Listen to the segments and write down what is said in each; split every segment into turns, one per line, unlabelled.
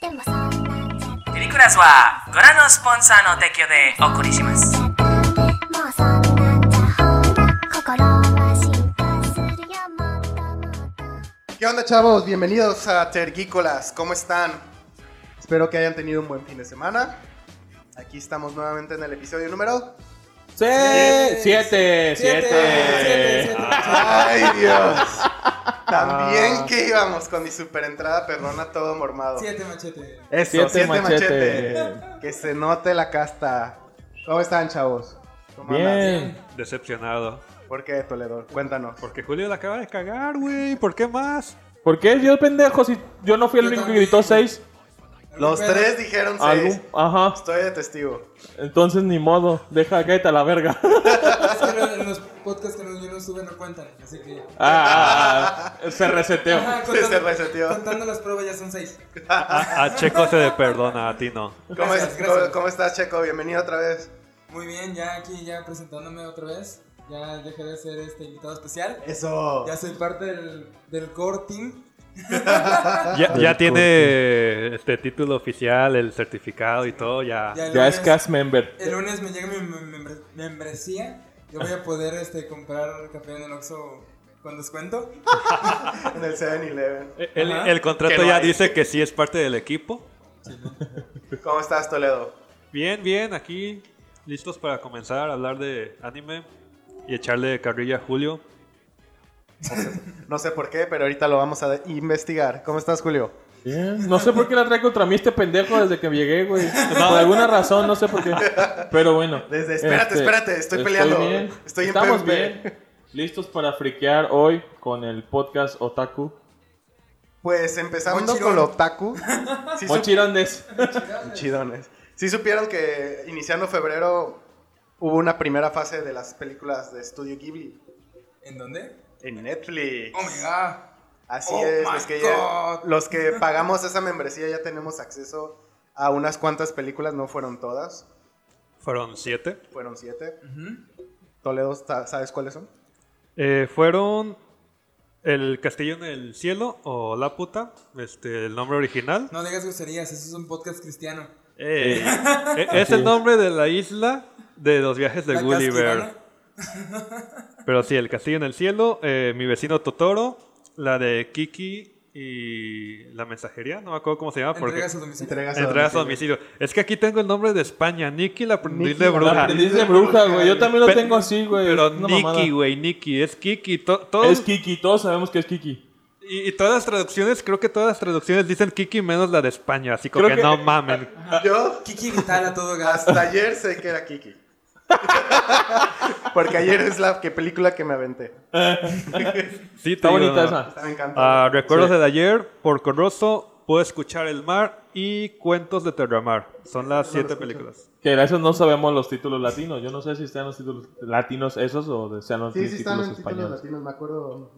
でもそんなんじゃ
デリクラスはご覧のスポンサーの提供でお送りします。
ダメもうそんなんじゃほら心は進化するよもっともっと
¿Qué onda chavos? Bienvenidos a Tergícolas, ¿cómo están? Espero que hayan tenido un buen fin de semana. Aquí estamos nuevamente en el episodio número...
Se- Siete, siete,
siete, siete.
¡Ay Dios! También que íbamos con mi super entrada perrona todo mormado.
Ah. Siete machete.
Eso,
Siete
siete machete.
machete.
Que se note la casta. ¿Cómo están chavos? ¿Cómo andas?
Bien.
Decepcionado.
¿Por qué Toledo? Cuéntanos.
Porque Julio la acaba de cagar, güey. ¿Por qué más?
¿Por qué yo pendejo si yo no fui el
Yo
único que
también.
gritó seis?
Los tres dijeron seis.
Algún, ajá.
Estoy de testigo.
Entonces ni modo, deja cállate a la verga.
Es que lo- los podcasts que nos vieron suben no cuentan, así que.
Ah, ah, ah, se reseteó.
Ajá,
Sí, se reseteó.
contando las pruebas ya son seis.
A, a Checo se le perdona, a ti no.
¿Cómo, es-
Gracias, gracias.
cómo- cómo estás Checo? Bienvenido otra vez.
Muy bien, ya aquí ya presentándome otra vez. Ya dejé de ser este invitado especial.
Eso.
Ya soy parte del, del core team.
Ya, ya tiene este título oficial, el certificado y todo, Ah, ya.
el
Ya es
lunes-
cast member.
El lunes me llega mi mem- membre- membresía. Yo voy a poder este, comprar café en el Oxxo con descuento.
En el 7-Eleven.
Eh, El,
Ajá.
el
Que
contrato
no
ya
hay.
dice que sí es parte del equipo.
¿Cómo estás, Toledo?
Bien, bien, aquí listos para comenzar a hablar de anime y echarle carrilla a Julio.
No sé por qué, pero ahorita lo vamos a investigar. ¿Cómo estás, Julio?
Bien. No sé por qué la trae contra mí este pendejo desde que llegué, güey. Por alguna razón, no sé por qué. Pero bueno. este,
Desde- espérate, espérate, estoy peleando.
bien.
Estoy en
Estamos
PvP.
bien. Listos para friquear hoy con el podcast Otaku.
Pues empezando
Mochilón.
con lo otaku. Sí, sup-
Mochirondes.
Chidones. Sí supieron que iniciando febrero hubo una primera fase de las películas de Studio Ghibli
¿En dónde?
en Netflix.
¡Oh, my God!
Así
Oh
es,
my
los que, ya-
God.
los que pagamos esa membresía ya tenemos acceso a unas cuantas películas, no fueron todas,
Fueron siete.
fueron siete.
Ujú.
Toledo, ¿sa- ¿sabes cuáles son?
Eh, fueron El Castillo en el Cielo o La Puta, este, el nombre original.
No digas groserías, eso es un podcast cristiano.
Eh, eh, es el nombre de la isla de los viajes de
La
Gulliver.
casquivana.
Pero sí, El Castillo en el Cielo, eh, Mi vecino Totoro, la de Kiki y La Mensajería, no me acuerdo cómo se llama. Porque...
Entregas a domicilio.
Entregas
Entregas a domicilio. Es que aquí tengo el nombre de España, Nicky la aprendiz de
La
bruja.
aprendiz de bruja, güey. Yo también lo
Pe-
tengo así, güey.
Pero
Es una
Nicky,
mamada.
güey, Nicky, es Kiki. to- todos-
Es Kiki, todos sabemos que es Kiki.
y, y todas las traducciones, creo que todas las traducciones dicen Kiki menos la de España, así como
Creo
que,
que-
no mamen.
Yo
Kiki Vital a todo gas.
hasta ayer sé que era Kiki. Porque ayer es la que película que me aventé.
Sí,
Está
te digo,
bonita
no.
esa.
Me encantó.
Ah, recuerdos del ayer, Porco Rosso, Puedo escuchar el mar y Cuentos de Terramar. Son las siete películas.
Que a esos no sabemos los títulos latinos. Yo no sé si están los títulos latinos esos o sean los
sí, sí, están
títulos
en títulos
españoles.
latinos. Me acuerdo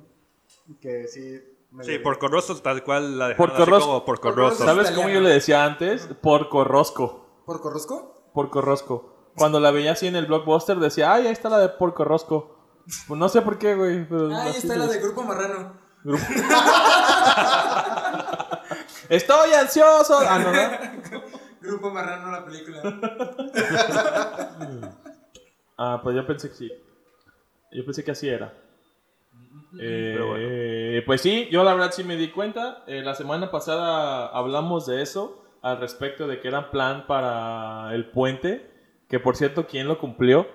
que sí. me
Sí,
leí.
Porco Rosso tal cual la dejaron
Porco
así
Rosso.
como Porco
Porco
Rosso.
Rosso.
¿Sabes cómo yo le decía antes? Porco Rosco.
¿Por Corrosco?
Porco Rosco. Cuando la veía así en el blockbuster decía, ay, ahí está la de Porco Rosco. Pues no sé por qué, güey. pero
Ah, ahí
así
está
le
la de
decía.
Grupo Marrano.
Estoy ansioso. Ah, no, no.
Grupo Marrano, la película.
Ah, pues yo pensé que sí. Yo pensé que así era. Eh,
Pero bueno.
eh, Pues sí, yo la verdad sí me di cuenta. Eh, la semana pasada hablamos de eso, al respecto de que era plan para el puente, que por cierto, ¿quién lo cumplió?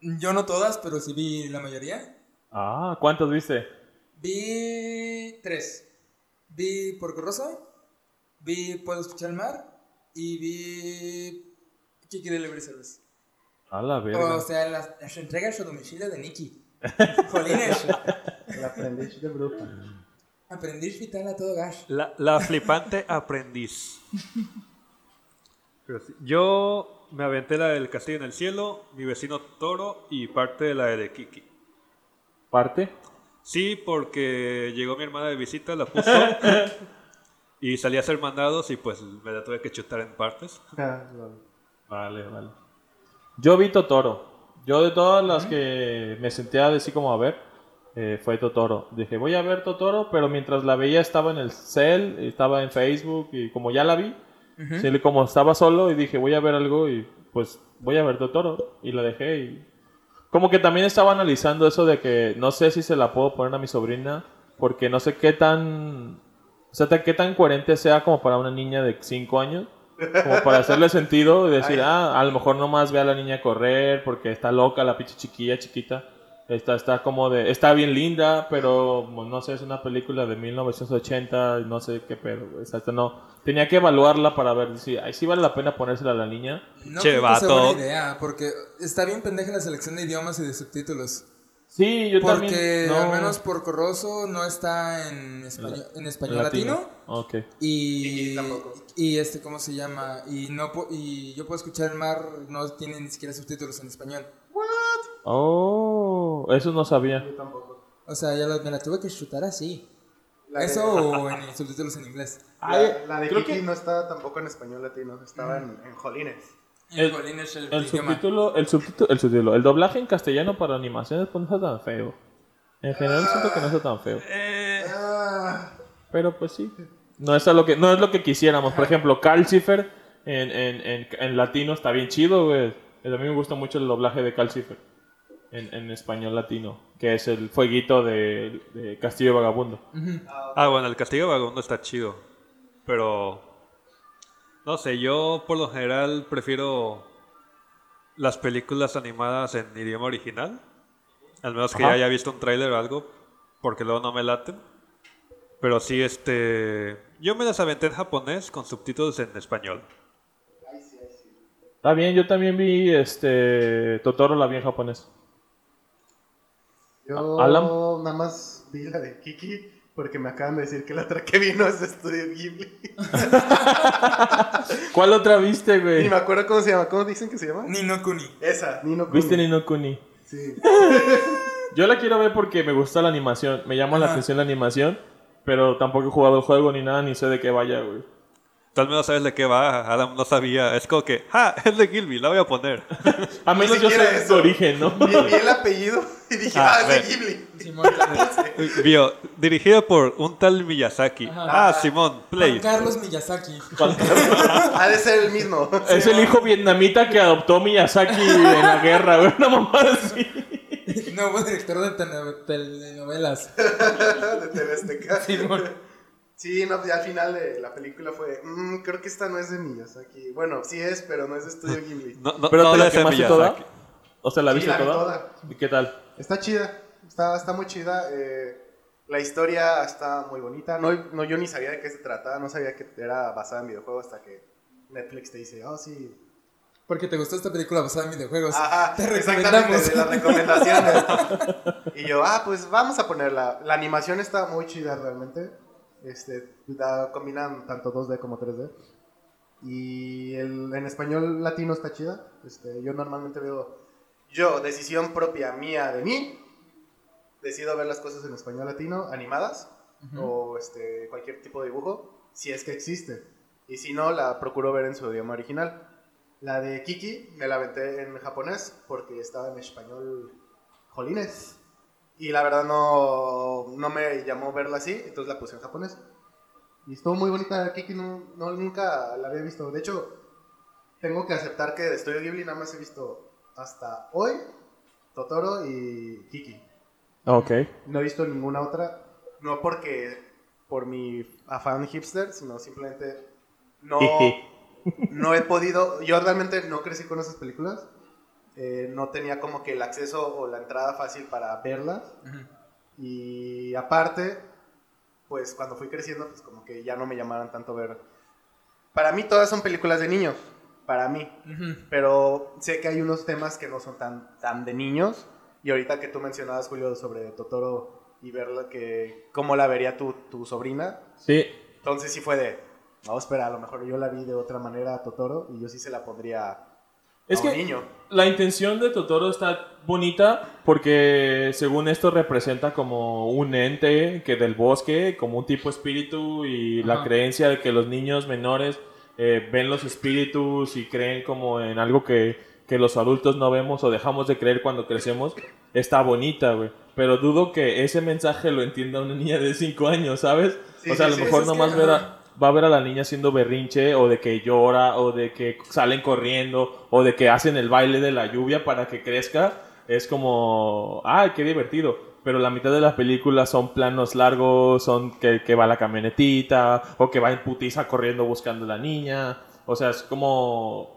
Yo no todas, pero sí vi la mayoría.
Ah, ¿cuántos viste?
Vi tres. Vi Por Corroso, vi Puedo Escuchar el Mar y vi Kiki Delivery Service.
A la verga.
O sea, las, las entregas a domicilio de Nicky. Jolines.
El aprendiz de bruja.
Aprendiz vital a todo gas.
La, la flipante aprendiz. Pero sí, Yo me aventé la del Castillo en el Cielo, mi vecino Toro y parte de la de Kiki.
¿Parte?
Sí, porque llegó mi hermana de visita, la puso y salí a hacer mandados y pues me la tuve que chutar en partes.
Ah, no.
Vale, vale. Yo vi Totoro. Yo de todas las que me senté así como a ver, eh, fue Totoro. Dije, voy a ver Totoro, pero mientras la veía estaba en el cel, estaba en Facebook y como ya la vi,
Ujú.
sí, como estaba solo y dije, voy a ver algo y pues voy a ver Totoro y la dejé y como que también estaba analizando eso de que no sé si se la puedo poner a mi sobrina porque no sé qué tan o sea, tan- qué tan coherente sea como para una niña de 5 años. Como para hacerle sentido y decir, ah, a lo mejor nomás ve a la niña correr porque está loca, la pinche chiquilla, chiquita. Está, está como de, está bien linda, pero bueno, no sé, es una película de 1980, no sé qué pedo, güey. O sea, esto no. Tenía que evaluarla para ver si, ay, sí vale la pena ponérsela a la niña.
No
Che,
creo que sea
vato.
buena idea, porque está bien pendeja la selección de idiomas y de subtítulos.
Sí, yo
Porque
también. no,
al menos por Corroso no está en español, en español latino.
Ok.
Y,
Y tampoco.
y este, ¿cómo se llama? Y no po- y yo puedo escuchar el mar, no tiene ni siquiera subtítulos en español.
Oh, eso no sabía.
Yo tampoco.
O sea, ya la- me la tuve que chutar así.
La de-
Eso o en subtítulos en inglés.
La, la de
creo
Kiki
que-
no estaba tampoco en español latino, estaba en, en Jolines.
En
El-
Jolín es el,
El
idioma.
subtítulo, el subtítulo, el subtítulo, el doblaje en castellano para animaciones pues, no está tan feo. En general siento que no está tan feo.
Eh,
Ah,
Pero pues sí. No es, a lo que, no es lo que quisiéramos. Por ejemplo, Calcifer en, en, en, en latino está bien chido, güey. A mí me gusta mucho el doblaje de Calcifer en, en español latino, que es el fueguito de, de Castillo Vagabundo.
Ah, bueno, el Castillo Vagabundo está chido. Pero. No sé, yo por lo general prefiero las películas animadas en idioma original. Al menos que
Ajá.
ya haya visto un tráiler o algo, porque luego no me laten. Pero sí, este. Yo me las aventé en japonés con subtítulos en español.
Está bien, yo también vi este Totoro la vi en japonés.
Yo
Alan.
nada más vi la de Kiki porque me acaban de decir que la otra que vino es de Estudio Ghibli.
¿Cuál otra viste,
Ni
güey?
me acuerdo cómo se llama. ¿Cómo dicen que se llama?
Ni no Kuni.
Esa, Nino Kuni.
¿Viste Nino Kuni?
Sí.
Yo la quiero ver porque me gusta la animación, me llama la
Ajá.
atención la animación, pero tampoco he jugado el juego ni nada, ni sé de qué vaya, güey.
Tú al menos sabes de qué va, Adam no sabía. Es como que, ¡ja! Es de Gilby, la voy a poner.
A menos yo sé
siquiera
de
eso.
origen, ¿no?
Vi, vi el apellido y dije,
Ah,
ah, es de
ve.
Ghibli.
Simón, Carlos.
Vio, dirigido por un tal Miyazaki.
Ajá.
Ah, Simón, play.
Juan Carlos Miyazaki.
Ha de ser el mismo.
Es el hijo vietnamita que adoptó Miyazaki en la guerra, güey. Una mamada así.
Nuevo director de tele- telenovelas.
de TV Azteca.
Simón.
Sí, no, ya al final de la película fue, "Mm, creo que esta no es de Miyazaki. Bueno, sí es, pero no es de Estudio Ghibli.
No, no,
Pero
no
te
le
la
hace
quemaste toda.
Miyazaki.
O sea, la
Sí,
viste
la vi
toda?
toda.
¿Y qué tal?
Está chida, está, está muy chida. eh, la historia está muy bonita. No, no, yo ni sabía de qué se trataba, no sabía que era basada en videojuegos hasta que Netflix te dice, oh, sí.
Porque te gustó esta película basada en videojuegos.
Ajá,
te
exactamente,
recomendamos.
de las recomendaciones. y yo, ah, pues vamos a ponerla. La animación está muy chida realmente. Este, da- combinan tanto 2D como 3D. Y el, en español latino está chida. Este, yo normalmente veo, yo, decisión propia mía de mí, decido ver las cosas en español latino, animadas, o este, cualquier tipo de dibujo, si es que existe. Y si no, la procuro ver en su idioma original. La de Kiki me la aventé en japonés porque estaba en español jolines. Y la verdad no, no me llamó verla así, entonces la puse en japonés. Y estuvo muy bonita Kiki, no, no- nunca la había visto. De hecho, tengo que aceptar que de Studio Ghibli nada más he visto hasta hoy Totoro y Kiki.
Ok.
No he visto ninguna otra, no porque por mi afán hipster, sino simplemente no, no he podido. Yo realmente no crecí con esas películas. eh, no tenía como que el acceso o la entrada fácil para verlas.
Ujú.
Y aparte, pues cuando fui creciendo, pues como que ya no me llamaron tanto ver. Para mí todas son películas de niños, para mí.
Ujú.
Pero sé que hay unos temas que no son tan, tan de niños. Y ahorita que tú mencionabas, Julio, sobre Totoro y verla que cómo la vería tu, tu sobrina,
Sí.
entonces sí fue de, no, espera, a lo mejor yo la vi de otra manera a Totoro y yo sí se la pondría
Es
a un
que
niño.
la intención de Totoro está bonita porque según esto representa como un ente que del bosque, como un tipo espíritu y la
Ajá.
creencia de que los niños menores eh, ven los espíritus y creen como en algo que, que los adultos no vemos o dejamos de creer cuando crecemos, está bonita, güey. Pero dudo que ese mensaje lo entienda una niña de 5 años, ¿sabes?
Sí,
o sea,
sí,
a
sí,
lo mejor
eso es
nomás
que,
verá-
ajá.
va a ver a la niña haciendo berrinche, o de que llora, o de que salen corriendo, o de que hacen el baile de la lluvia para que crezca. Es como, ¡ay, qué divertido! Pero la mitad de las películas son planos largos, son que, que va la camionetita, o que va en putiza corriendo buscando a la niña. O sea, es como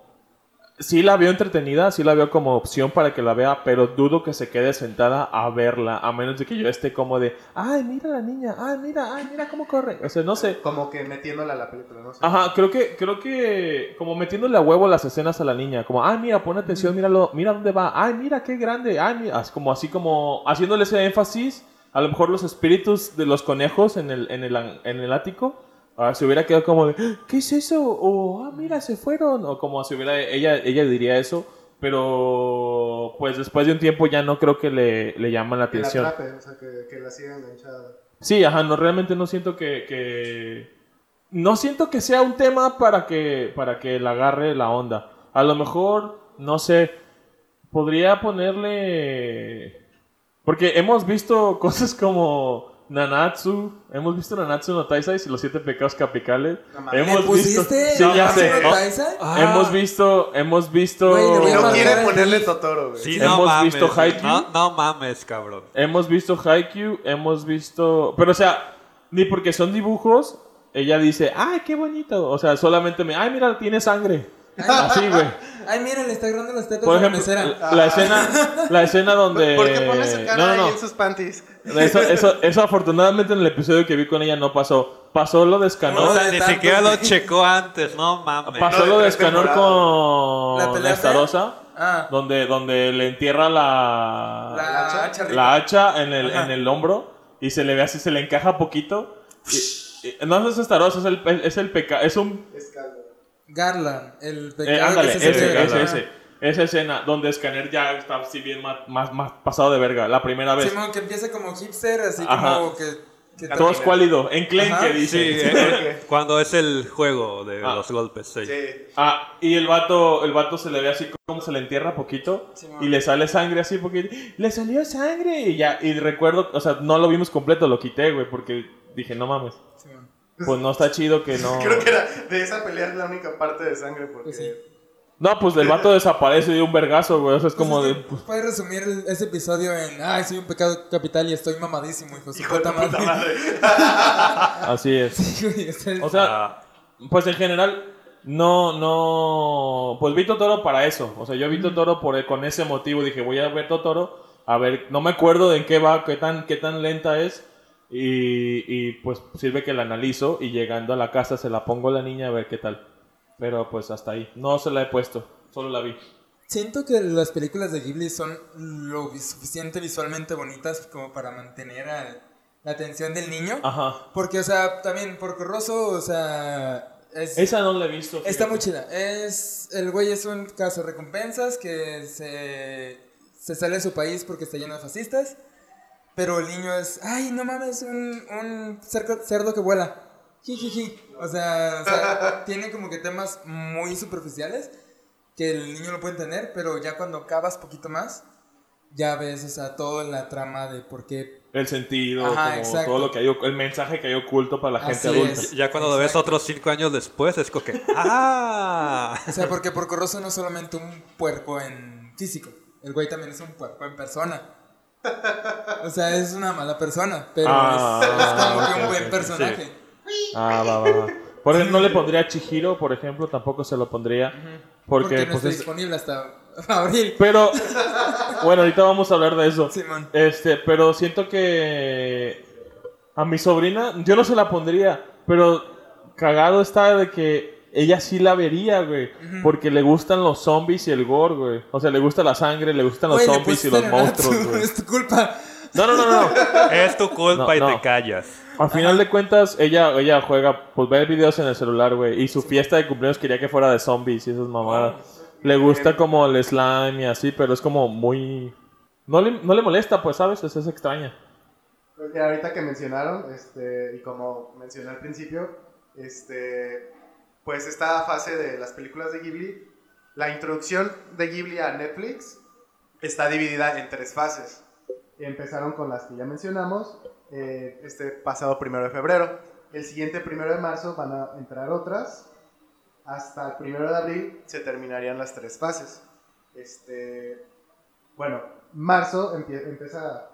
sí la veo entretenida, sí la veo como opción para que la vea, pero dudo que se quede sentada a verla, a menos de que yo esté como de, ay, mira la niña, ay, mira, ay, mira cómo corre. O sea, no sé.
Como que metiéndola a la película, no sé.
Ajá, creo que, creo que como metiéndole a huevo las escenas a la niña, como, ay, mira, pon atención, míralo, mira dónde va, ay, mira qué grande, ay, mira, As- como así como haciéndole ese énfasis, a lo mejor los espíritus de los conejos en el, en el, an- en el ático, ah, se hubiera quedado como de, ¿qué es eso? O, ah, mira, se fueron, o como se hubiera, ella, ella diría eso, pero pues después de un tiempo ya no creo que le, le llaman la
Que la
atención.
atrape, o sea, que, que la siga enganchada.
Sí, ajá, no, realmente no siento que, que- No siento que sea un tema para que, para que la agarre la onda. A lo mejor, no sé, podría ponerle... Porque hemos visto cosas como Nanatsu, hemos visto Nanatsu no Taizai y los siete pecados capitales.
No mames.
hemos
¿Me pusiste?
visto... Sí, ya
¿No
sé.
pusiste
Oh,
Taizai?
Hemos visto, hemos visto...
Güey, le voy a
No
Pero
quiere
marcar
ponerle
el-
Totoro, güey.
Sí,
Hemos
no mames,
visto Haikyuu.
No, no mames, cabrón.
Hemos visto Haikyuu, hemos visto... Pero, o sea, ni porque son dibujos, ella dice, ¡ay, qué bonito! O sea, solamente me... ¡Ay, mira, tiene sangre! Así, güey.
Ay, mira, le está agarrando las tetas
Por
a la
ejemplo,
mesera.
la, la escena, la escena donde...
¿Por qué pone su cara
No, no, no.
ahí en sus panties?
Eso, eso, eso afortunadamente en el episodio que vi con ella no pasó. Pasó lo de
No,
No,
Escanor.
de
ni
tanto,
siquiera lo
güey.
checó antes, no mames.
Pasó
no, de
lo de
tres
Escanor
¿La
con
pelea
Estarosa,
Ah,
donde, donde le entierra la...
la
hacha?
hacha rica.
la hacha en el,
Ajá.
en el hombro y se le ve así, se le encaja poquito. Y- y- no es estaroso, es el, es el peca, es un...
Es calvo.
Garland, el
eh,
pecado que ah,
ándale,
se
ese,
celebra.
ese,
Ah.
ese. Esa escena donde Scanner ya está así bien ma- más, más pasado de verga, la primera vez.
Simón, que empieza como hipster, así
Ajá.
como que... que
Todo escuálido, enclenque,
Ajá.
Sí,
dice.
eh, eh, cuando es el juego de
Ah.
los golpes, sí.
Sí.
Ah, y el vato, el vato se le ve así como se le entierra poquito
Sí, mamá.
y le sale sangre así porque le salió sangre y ya, y recuerdo, o sea, no lo vimos completo, lo quité, güey, porque dije, no mames,
Simón.
pues no está chido que no...
Creo que era de esa pelea es la única parte de sangre porque
Pues sí.
No, pues el vato desaparece de un vergazo, güey. O sea, es como
Pues
de.
es que Puedes resumir el- ese episodio en... Ay, soy un pecado capital y estoy mamadísimo, hijo de su
hijo de
puta
tu puta
madre.
madre.
Así es.
Sí, güey, o sea,
O sea,
Ah,
pues en general, no, no. Pues vi Totoro para eso. O sea, yo vi Totoro por, con ese motivo. Dije, voy a ver Totoro. A ver, no me acuerdo de en qué va, qué tan, qué tan lenta es. Y, y pues sirve que la analizo. Y llegando a la casa se la pongo a la niña a ver qué tal. Pero pues hasta ahí. No se la he puesto. Solo la vi.
Siento que las películas de Ghibli son lo vi- suficiente visualmente bonitas como para mantener al- la atención del niño.
Ajá.
Porque, o sea, también Porco Rosso, o sea, es-
Esa no la he visto.
está
fíjate.
muy chida. Es, el güey es un caso recompensas que se, se sale de su país porque está lleno de fascistas. Pero el niño es, ay, no mames, un, un cerco- cerdo que vuela. Jijiji. O sea, o sea, tiene como que temas muy superficiales que el niño no puede entender, pero ya cuando cavas poquito más, ya ves, o sea, toda la trama de por qué.
El sentido,
Ajá,
como
exacto.
todo lo que hay, oc- el mensaje que hay oculto para la gente
Así
adulta.
es.
ya cuando lo ves otros cinco años después, es como que. ¡Ah!
O sea, porque Porco Rosso no es solamente un puerco en físico, el güey también es un puerco en persona. O sea, es una mala persona, pero
Ah,
es, es como que
ok,
un buen
ok,
personaje.
Ah, va, va, va. Por ejemplo, no le pondría a Chihiro, por ejemplo, tampoco se lo pondría. Porque,
Porque, no
pues,
está
es-
disponible hasta abril.
Pero, bueno, ahorita vamos a hablar de eso.
Simón.
Este, pero siento que a mi sobrina, yo no se la pondría, pero cagado está de que ella sí la vería, güey. Porque le gustan los zombies y el gore, güey. O sea, le gusta la sangre, le gustan los
Güey, le
zombies y
pusiste
los
Nanatsu,
monstruos, güey.
Es tu culpa.
No, no, no, no.
Es tu culpa
No,
y
no.
te callas.
Al final de cuentas, ella, ella juega, pues ve videos en el celular, güey. Y su fiesta de cumpleaños quería que fuera de zombies y esas mamadas. Le gusta como el slime y así, pero es como muy... No le, no le molesta, pues, ¿sabes? Es, es extraña.
Pues ya ahorita que mencionaron, este, y como mencioné al principio, este, pues esta fase de las películas de Ghibli, la introducción de Ghibli a Netflix está dividida en tres fases. Empezaron con las que ya mencionamos eh, este pasado primero de febrero. El siguiente primero de marzo van a entrar otras. Hasta el primero de abril se terminarían las tres fases. Este, bueno, marzo empie- empieza,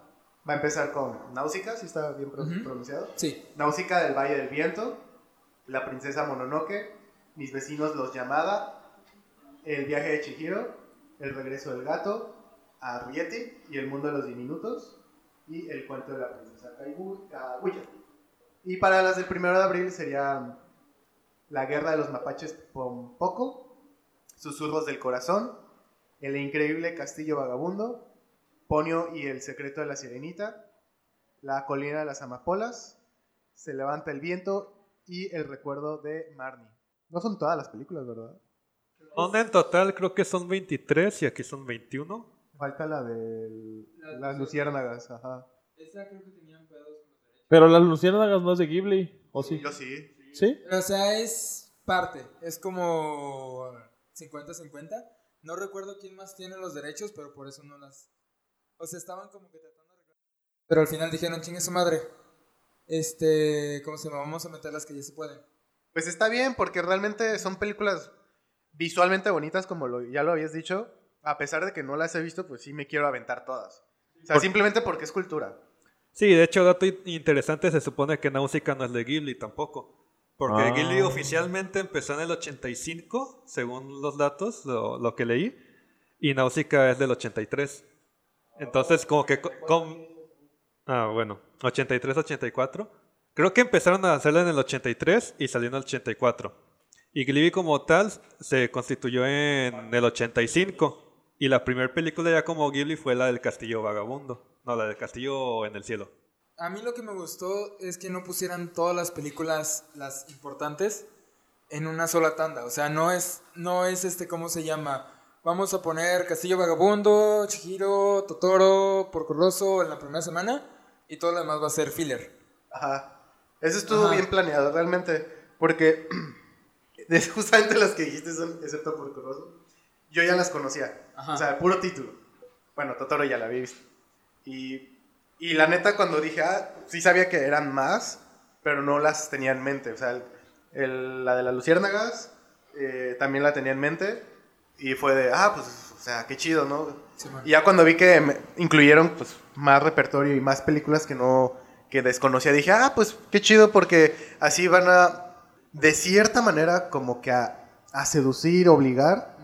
va a empezar con Náusica, si está bien pro-
Ujú.
pronunciado.
Sí.
Náusica del Valle del Viento, La Princesa Mononoke, Mis vecinos los Yamada, El viaje de Chihiro, El regreso del gato, Arrietty y El mundo de los diminutos y El cuento de la princesa Kaigu- Kaguya. Y para las del 1 de abril serían La guerra de los mapaches Pompoco, Susurros del corazón, El increíble castillo vagabundo, Ponio y el secreto de la sirenita, La colina de las amapolas, se levanta el viento y el recuerdo de Marnie. No son todas las películas, ¿verdad?
Donde en total creo que son 23 y aquí son 21.
Falta la de
La-
las luciérnagas, ajá.
Esa creo que tenían pedos con los derechos.
Pero las luciérnagas no es de Ghibli, ¿o sí?
Yo sí.
¿Sí?
O sea, es parte. Es como 50-50. No recuerdo quién más tiene los derechos, pero por eso no las. O sea, estaban como que tratando de arreglar. Pero al final dijeron, chingue su madre. Este, ¿cómo se llama? Vamos a meter las que ya se pueden.
Pues está bien, porque realmente son películas visualmente bonitas, como lo- ya lo habías dicho. A pesar de que no las he visto, pues sí me quiero aventar todas. O sea,
Por-
simplemente porque es cultura.
Sí, de hecho, dato in- interesante, se supone que Nausicaa no es de Ghibli tampoco. Porque
Ah.
Ghibli oficialmente empezó en el 85, según los datos, lo, lo que leí, y Nausicaa es del 83. Entonces, como que... co- com- ah, bueno, 83-84. Creo que empezaron a hacerla en el 83 y salió en el 84. Y Ghibli como tal se constituyó en el 85. Y la primera película ya como Ghibli fue la del Castillo Vagabundo. No, la del Castillo en el Cielo.
A mí lo que me gustó es que no pusieran todas las películas, las importantes, en una sola tanda. O sea, no es, no es este, ¿cómo se llama? Vamos a poner Castillo Vagabundo, Chihiro, Totoro, Porco Rosso en la primera semana y todo lo demás va a ser filler.
Ajá. Eso estuvo
Ajá.
bien planeado, realmente. Porque de- justamente las que dijiste son, excepto por Corroso, yo ya las conocía.
Ajá.
O sea, puro título. Bueno, Totoro ya la había visto. Y, y la neta, cuando dije, ah, sí sabía que eran más, pero no las tenía en mente. O sea, el- el- la de las luciérnagas eh, también la tenía en mente. Y fue de, ah, pues, o sea, qué chido, ¿no? Y ya cuando vi que me- incluyeron pues, más repertorio y más películas que no que desconocía, dije, ah, pues qué chido porque así van a, de cierta manera, como que a, a seducir, obligar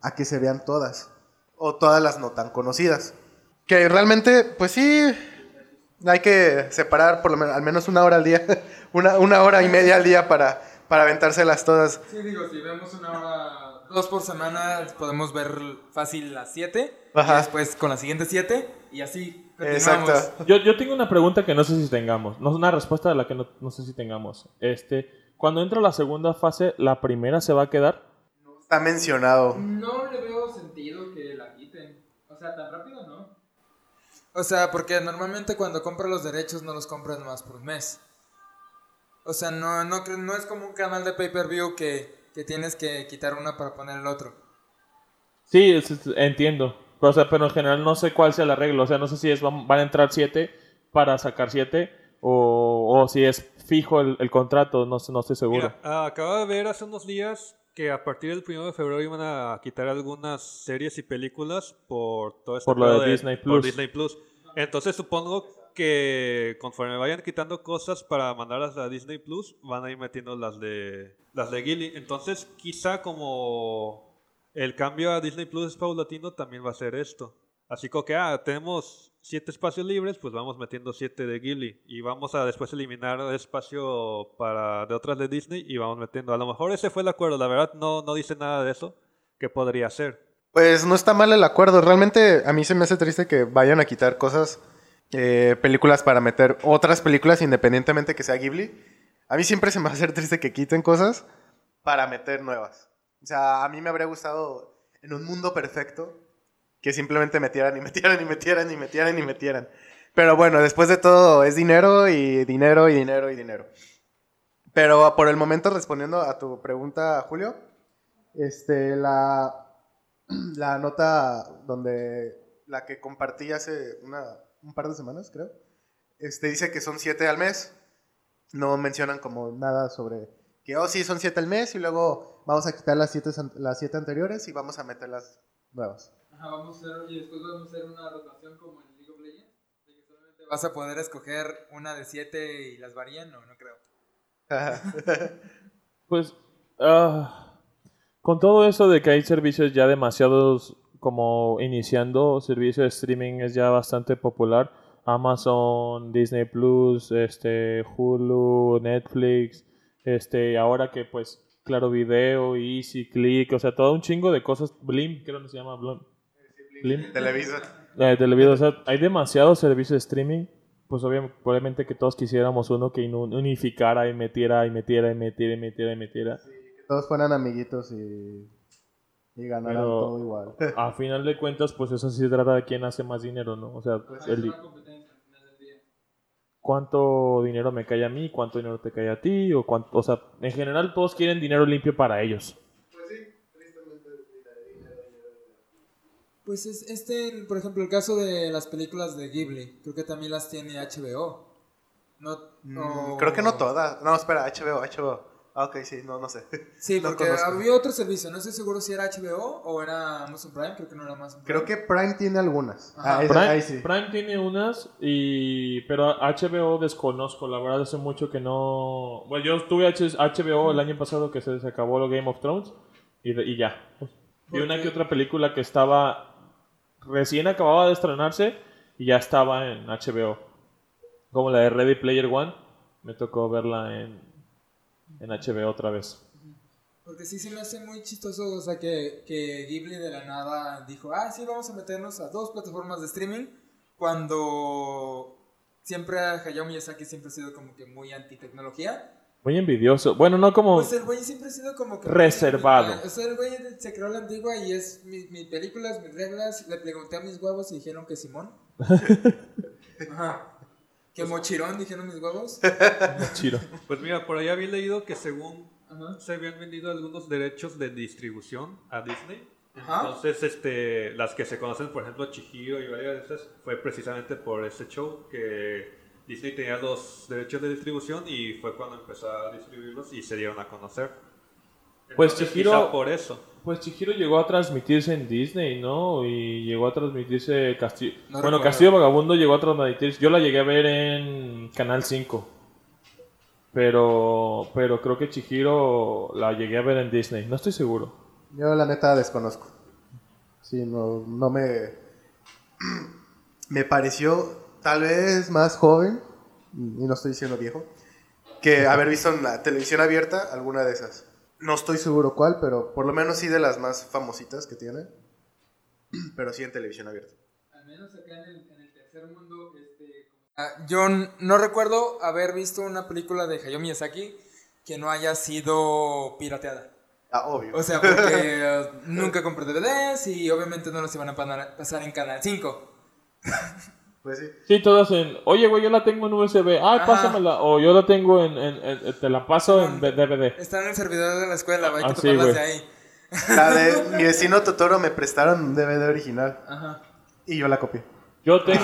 a que se vean todas. O todas las no tan conocidas. Que realmente, pues sí, hay que separar por lo menos, al menos una hora al día, una, una hora y media al día para, para aventárselas todas.
Sí, digo, si vemos una hora, dos por semana, podemos ver fácil las siete.
Ajá.
Y después con las siguientes siete y así. Continuamos.
Ah. Exacto.
Yo, yo tengo una pregunta que no sé si tengamos. No es una respuesta de la que no, no sé si tengamos. Este, cuando entra la segunda fase, ¿la primera se va a quedar?
Está mencionado.
No le veo sentido que la quiten. O sea, tan rápido no. O sea, porque normalmente cuando compras los derechos no los compras más por un mes. O sea, no, no, cre- no es como un canal de pay-per-view que, que tienes que quitar una para poner el otro.
Sí, es- es- entiendo. Pero, o sea, pero en general no sé cuál sea el arreglo. O sea, no sé si es van, van a entrar siete para sacar siete o, o si es fijo el, el contrato. No, sé- no estoy seguro.
Mira, ah, acabo de ver hace unos días que a partir del 1 de febrero iban a quitar algunas series y películas por todo este
Por lo
pedo
de Disney
por
Plus.
Disney Plus. Entonces supongo que conforme vayan quitando cosas para mandarlas a Disney Plus, van a ir metiendo las de las de Gilly. Entonces quizá como el cambio a Disney Plus es paulatino, también va a ser esto. Así como que, ah, tenemos siete espacios libres, pues vamos metiendo siete de Ghibli. Y vamos a después eliminar espacio para de otras de Disney y vamos metiendo. A lo mejor ese fue el acuerdo, la verdad no, no dice nada de eso. que podría ser?
Pues no está mal el acuerdo. Realmente a mí se me hace triste que vayan a quitar cosas, eh, películas para meter otras películas independientemente que sea Ghibli. A mí siempre se me va a hacer triste que quiten cosas para meter nuevas. O sea, a mí me habría gustado en un mundo perfecto que simplemente metieran y metieran y metieran y metieran y metieran. Pero bueno, después de todo es dinero y dinero y dinero y dinero. Pero por el momento respondiendo a tu pregunta, Julio, este la la nota donde la que compartí hace una un par de semanas, creo. Este, dice que son siete al mes. No mencionan como nada sobre que, oh, sí, son siete al mes y luego vamos a quitar las siete, san- las siete anteriores y vamos a meter las nuevas.
Ajá, vamos a hacer, y después vamos a hacer una rotación como en League of Legends. De que solamente vas a poder escoger una de siete y las varían, no, no creo.
Pues, ah, con todo eso de que hay servicios ya demasiados, como iniciando, servicio de streaming es ya bastante popular. Amazon, Disney Plus, este, Hulu, Netflix, este, ahora que pues, claro, video, Easy Click, o sea, todo un chingo de cosas. Blim, creo que se llama Blim. Blim.
Televisa.
Eh, televideo, o sea, hay demasiados servicios de streaming. Pues obviamente, probablemente que todos quisiéramos uno que inu- unificara y metiera y metiera y metiera y metiera y metiera.
Que todos fueran amiguitos y, y ganaran
Pero-
todo igual.
A final de cuentas, pues eso sí se trata de quién hace más dinero, ¿no? O sea, el di-
Pues competencia al final del día.
cuánto dinero me cae a mí, cuánto dinero te cae a ti, o cuánto, o sea, en general todos quieren dinero limpio para ellos.
Pues es, este, por ejemplo, el caso de las películas de Ghibli, creo que también las tiene HBO. No,
Mm, Creo que no todas. No, espera, HBO, HBO. Ah, ok, sí, no, no sé.
Sí,
No
porque
conozco.
había otro servicio, no estoy seguro si era HBO o era Amazon Prime, creo que no era Amazon Prime.
Creo que Prime tiene algunas.
Ajá.
Ah, esa-
Prime,
ahí sí.
Prime tiene unas, y pero HBO desconozco, la verdad hace mucho que no... Bueno, yo tuve H- HBO el año pasado que se les acabó lo Game of Thrones y, de- y ya. Y
¿Por
una
qué?
que otra película que estaba recién acababa de estrenarse y ya estaba en HBO. Como la de Ready Player One, me tocó verla en, en HBO otra vez.
Porque sí se me hace muy chistoso, o sea, que, que Ghibli de la nada dijo, ah, sí, vamos a meternos a dos plataformas de streaming, cuando siempre Hayao Miyazaki siempre ha sido como que muy anti-tecnología.
Muy envidioso. Bueno, no como...
Pues el güey siempre ha sido como que...
Reservado.
O sea, el güey se creó la antigua y es mi- mis películas, mis reglas, le pregunté a mis huevos y dijeron que Simón. Ajá. Que Mochirón dijeron mis huevos.
Chiro.
Pues mira, por ahí había leído que según
Ajá.
se habían vendido algunos derechos de distribución a Disney.
Ajá.
Entonces, este, las que se conocen, por ejemplo, Chihiro y varias de esas, fue precisamente por ese show que Disney tenía los derechos de distribución y fue cuando empezó a distribuirlos y se dieron a conocer.
Pues
Entonces,
Chihiro-
quizá por eso.
Pues Chihiro llegó a transmitirse en Disney, ¿no? Y llegó a transmitirse Castillo.
No
bueno,
recuerdo.
Castillo Vagabundo llegó a transmitirse. Yo la llegué a ver en Canal 5. Pero, pero creo que Chihiro la llegué a ver en Disney. No estoy seguro.
Yo la neta desconozco. Sí, no, no me... Me pareció tal vez más joven, y no estoy diciendo viejo, que haber visto en la televisión abierta alguna de esas. No estoy seguro cuál, pero por lo menos sí de las más famositas que tiene. Pero sí en televisión abierta.
Al menos acá en el, tercer mundo, este, Ah, yo n- no recuerdo haber visto una película de Hayao Miyazaki que no haya sido pirateada.
Ah, obvio.
O sea, porque eh, nunca compré DVDs y obviamente no los iban a pana- pasar en Canal 5.
Pues sí.
Sí, todas en. Oye, güey, yo la tengo en USB. Ah,
Ajá.
pásamela. O yo la tengo en. en- en- te la paso en
Mm.
DVD.
Están en el servidor de la escuela, hay que
Ah, sí,
tomarlas
güey.
de ahí.
La de mi vecino Totoro me prestaron un DVD original
Ajá.
y yo la copié.
Yo tengo.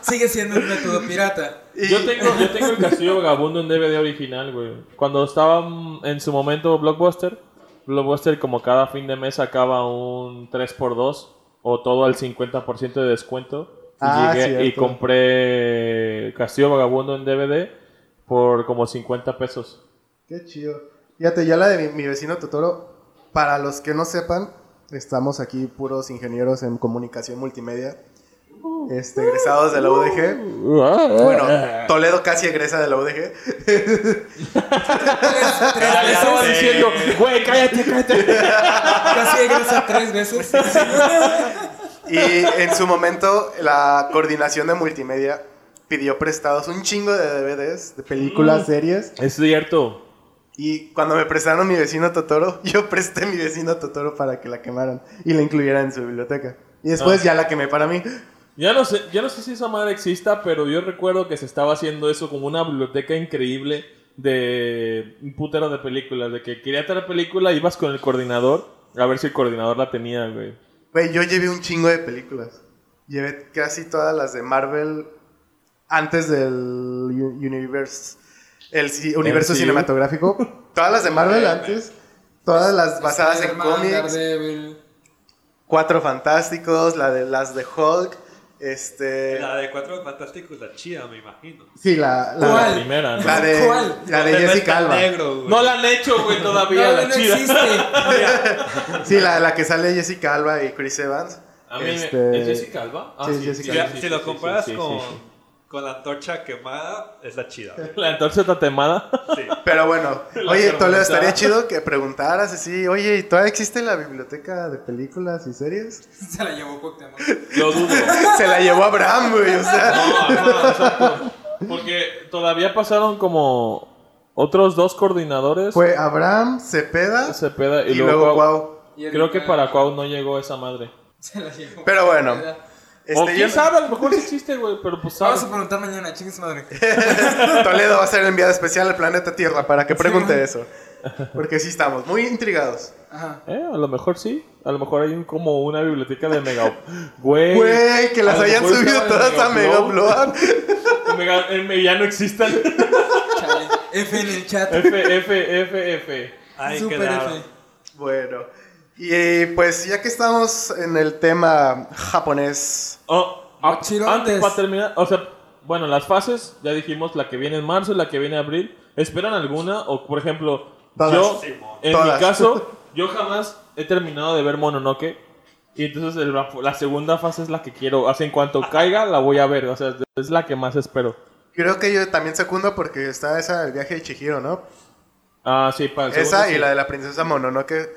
Sigue siendo un método pirata.
Y-
Yo tengo, yo tengo el Castillo Vagabundo en DVD original, güey. Cuando estaba mm, en su momento Blockbuster, Blockbuster como cada fin de mes sacaba un 3x2 o todo al 50% de descuento. Y
Ah,
llegué y
cierto.
compré Castillo Vagabundo en DVD por como 50 pesos.
Qué chido. Fíjate, ya la de mi, mi vecino Totoro, para los que no sepan, estamos aquí puros ingenieros en comunicación multimedia, este, egresados de la UDG.
Ah, eh.
Bueno, Toledo casi egresa de la UDG.
Tres, tres
Ah, ya estaba
veces.
diciendo, güey, cállate, cállate.
Casi regresa tres veces.
Y en su momento, la coordinación de multimedia pidió prestados un chingo de DVDs, de películas, series.
Es cierto.
Y cuando me prestaron mi vecino Totoro, yo presté mi vecino Totoro para que la quemaran y la incluyeran en su biblioteca. Y después
Ah.
ya la quemé para mí.
Ya no, sé, ya no sé si esa madre exista, pero yo recuerdo que se estaba haciendo eso como una biblioteca increíble de un putero de películas. De que quería traer película, ibas con el coordinador a ver si el coordinador la tenía, güey.
Güey, yo llevé un chingo de películas. Llevé casi todas las de Marvel antes del u- universe, el ci- universo
MCU.
cinematográfico. Todas las de Marvel antes, todas las basadas en
Spider-Man,
cómics,
Daredevil.
Cuatro Fantásticos, la de, las de Hulk, este...
La de Cuatro Fantásticos, la chida, me imagino.
Sí, la, la,
La
¿Cuál?
primera, ¿no?
la de,
¿Cuál?
la de
No, no
Jessica
está
Alba.
negro, güey.
No la han hecho, güey, todavía.
No,
la
no
chida.
existe.
Sí, la, la que sale Jessica Alba y Chris Evans.
A mí
Este-
me... ¿Es Jessica Alba? Ah,
Sí, es Jessica
Si,
Alba.
la- si lo
sí,
comparas
sí, sí,
con,
sí,
con la antorcha quemada, es la chida. güey.
sí. La entonces tatemada.
Sí.
Pero bueno,
La
oye, Toledo,
tormenta.
estaría chido que preguntaras así, oye, ¿y todavía existe la biblioteca de películas y series?
Se la llevó Pokémon.
Lo dudo.
Se la llevó Abraham, güey, o sea.
No, ajá, exacto. Porque todavía pasaron como otros dos coordinadores.
Fue Abraham, Cepeda
Cepeda y,
y, luego
Cuau.
Wow.
Y el-
Creo que para Cuau no llegó esa madre.
Se la llevó.
Pero bueno.
o
Este, yo-
quién sabe, a lo mejor sí existe, güey, pero pues
Vamos
sabes.
a preguntar mañana, chingues madre.
Toledo va a ser el enviado especial al planeta Tierra para que pregunte
Sí.
eso. Porque sí estamos muy intrigados.
Ajá.
Eh, a lo mejor sí. A lo mejor hay un- como una biblioteca de Mega... Güey.
Güey, que las
lo
hayan
mejor
subido
estaban en
todas a Mega
Megaupload.
Upload.
Mega- eh, ya no existen.
Chale. F en el chat.
F, F, F, F.
Ay,
Super
quedaron.
F.
Bueno, y eh, pues ya que estamos en el tema japonés,
Oh, ah,
Mochilotes.
antes para terminar, o sea, bueno, las fases, ya dijimos, la que viene en marzo y la que viene en abril. ¿Esperan alguna? O, por ejemplo,
Todas.
yo,
Simón.
en
Todas.
mi caso, yo jamás he terminado de ver Mononoke. Y entonces el- la, la segunda fase es la que quiero. Así en cuanto caiga, la voy a ver. O sea, es la que más espero.
creo que yo también secundo porque está esa el viaje de Chihiro, ¿no?
Ah, sí, para el segundo
Esa y
sí.
la de la princesa Mononoke.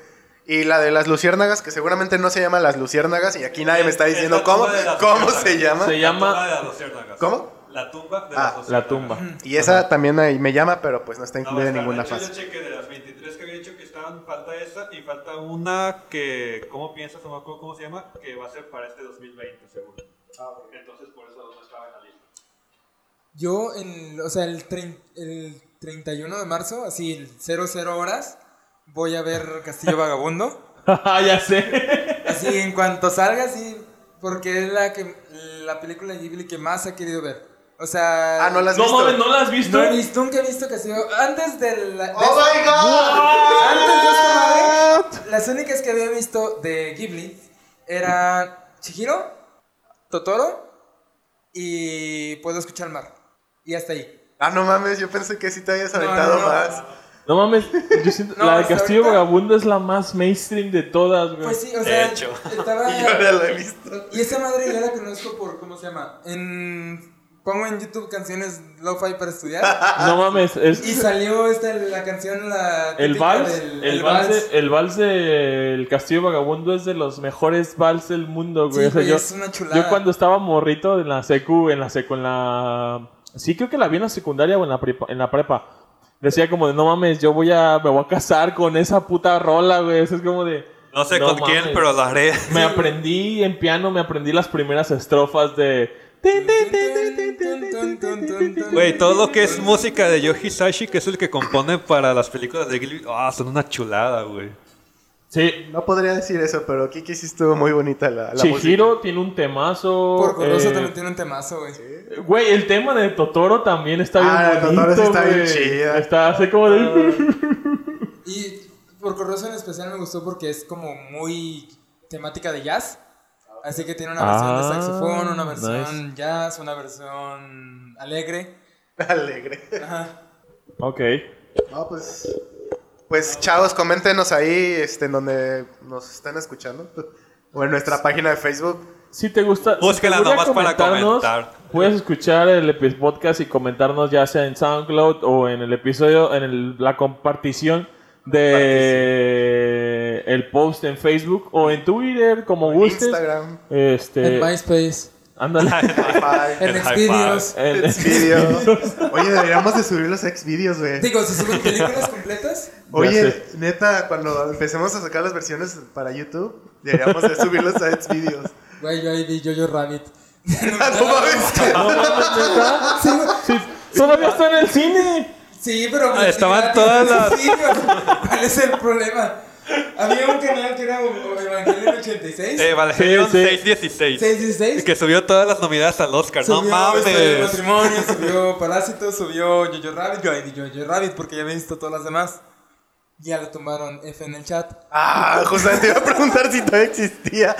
Y la de las luciérnagas, que seguramente no se llama las luciérnagas, y aquí nadie me está
Es
diciendo
la tumba
cómo,
de las
cómo
luciérnagas.
se llama.
Se
La
llama-
tumba de las luciérnagas.
¿Cómo?
La tumba de
Ah,
las
La
luciérnagas.
tumba.
Y esa también ahí me llama, pero pues no está
No,
incluida en
espera,
ninguna
de hecho,
fase.
Yo chequé de las 23 que había dicho que estaban, falta esa y falta una que, ¿cómo piensas? No me acuerdo cómo se llama, que va a ser para este 2020, seguro.
Ah,
Entonces, por eso no estaba en la lista.
Yo, en, o sea, el, trein- el 31 de marzo, así, el 00 horas, voy a ver Castillo Vagabundo.
Ah, ya sé.
Así, en cuanto salga, sí, porque es la, que, la película de Ghibli que más he querido ver. O sea...
Ah, no la has
No
visto.
mames, ¿no la has visto?
No he visto, nunca he visto Castillo... Antes de la... de
¡Oh my god!
Antes de esta madre, las únicas que había visto de Ghibli eran Chihiro, Totoro y pues, Puedo escuchar el mar. Y hasta ahí.
Ah, no mames, yo pensé que sí te habías
No, no,
aventado
no.
más.
No mames, yo siento-
No,
la de
hasta
Castillo
ahorita-
Vagabundo es la más mainstream de todas, güey.
Pues sí, o sea,
hecho.
estaba.
Y yo no la he visto.
Y esa madre yo la conozco por cómo se llama. En pongo en YouTube canciones lo-fi para estudiar
No mames, es...
y salió esta la canción la
El
típica
vals,
del-
el, vals, de- el vals del Castillo Vagabundo es de los mejores vals del mundo,
Sí,
güey. O sea,
güey,
yo,
es una chulada.
yo cuando estaba morrito en la secu, en la secu, en la... Sí, creo que la vi en la secundaria o en la prepa. En la prepa. Decía como de, no mames, yo voy a... Me voy a casar con esa puta rola, güey. Eso es como de...
No sé con quién,
mames.
pero la haré.
Me aprendí en piano, me aprendí las primeras estrofas de...
Güey, todo lo que es música de Yoji Sashi, que es el que compone para las películas de Ghibli, ah, son una chulada, güey.
Sí,
No podría decir eso, pero Kiki sí estuvo muy bonita la, la
Chihiro tiene un temazo.
Por Corroso
eh,
también tiene un temazo, güey.
Güey, el tema de Totoro también está bien
Ah,
bonito,
Totoro sí está bien
güey.
chida.
Está así como
Ah.
de...
Y por Corroso en especial me gustó porque es como muy temática de jazz. Así que tiene una versión de
Ah,
saxofón, una versión jazz, una versión alegre.
música. Alegre.
Ajá.
ok.
No, pues. Pues chavos, coméntenos ahí este, en donde nos están escuchando. O en nuestra página de Facebook.
Si te gusta... si
Búsquela
te gusta
nomás para
comentarnos,
comentar.
Puedes escuchar el epi- podcast y comentarnos ya sea en SoundCloud o en el episodio, en el- la compartición de el post en Facebook o en Twitter, como gustes.
Instagram.
En
Este...
MySpace,
Ándale.
Bye.
en
En
Xvideos.
En-
Xvideos. Oye, deberíamos de subir los Xvideos, güey.
Digo, se suben películas completas.
Ya
Oye,
sé.
neta, cuando empecemos a sacar las versiones para YouTube, deberíamos de subirlos a Xvideos.
Güey, yo ahí vi Jojo Rabbit.
Ah, no mames.
No mames, ¿neta?
Sí, güey.
Sí, todavía está en el cine.
Sí, pero.
Ah, estaban
gratis.
todas las-
Sí, güey. ¿Cuál es el problema? Había un canal que era Evangelion 86.
Eh, vale,
Sí,
era un
sí.
616.
616.
Que subió todas las nominadas al Oscar.
Subió
no
Historia de
mames.
matrimonio, subió Parásitos, subió Jojo Rabbit. Yo ahí di Jojo Rabbit porque ya había visto todas las demás. Ya lo tomaron F en el chat.
Ah, justamente iba a preguntar si todavía existía.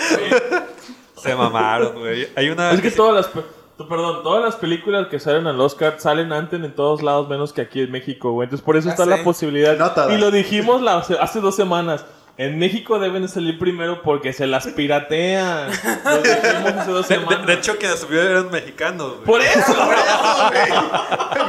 Se mamaron, güey. Hay una.
Es que todas las. pe- tú, Perdón, todas las películas que salen al Oscar salen antes en todos lados, menos que aquí en México, güey. Entonces, por eso
Ya
está
sé.
la posibilidad.
No todas.
y lo dijimos la- hace, hace dos semanas. En México deben de salir primero porque se las piratean. Lo dijimos hace dos
de, de-
semanas.
de hecho, que la subió eran mexicanos, güey.
por eso.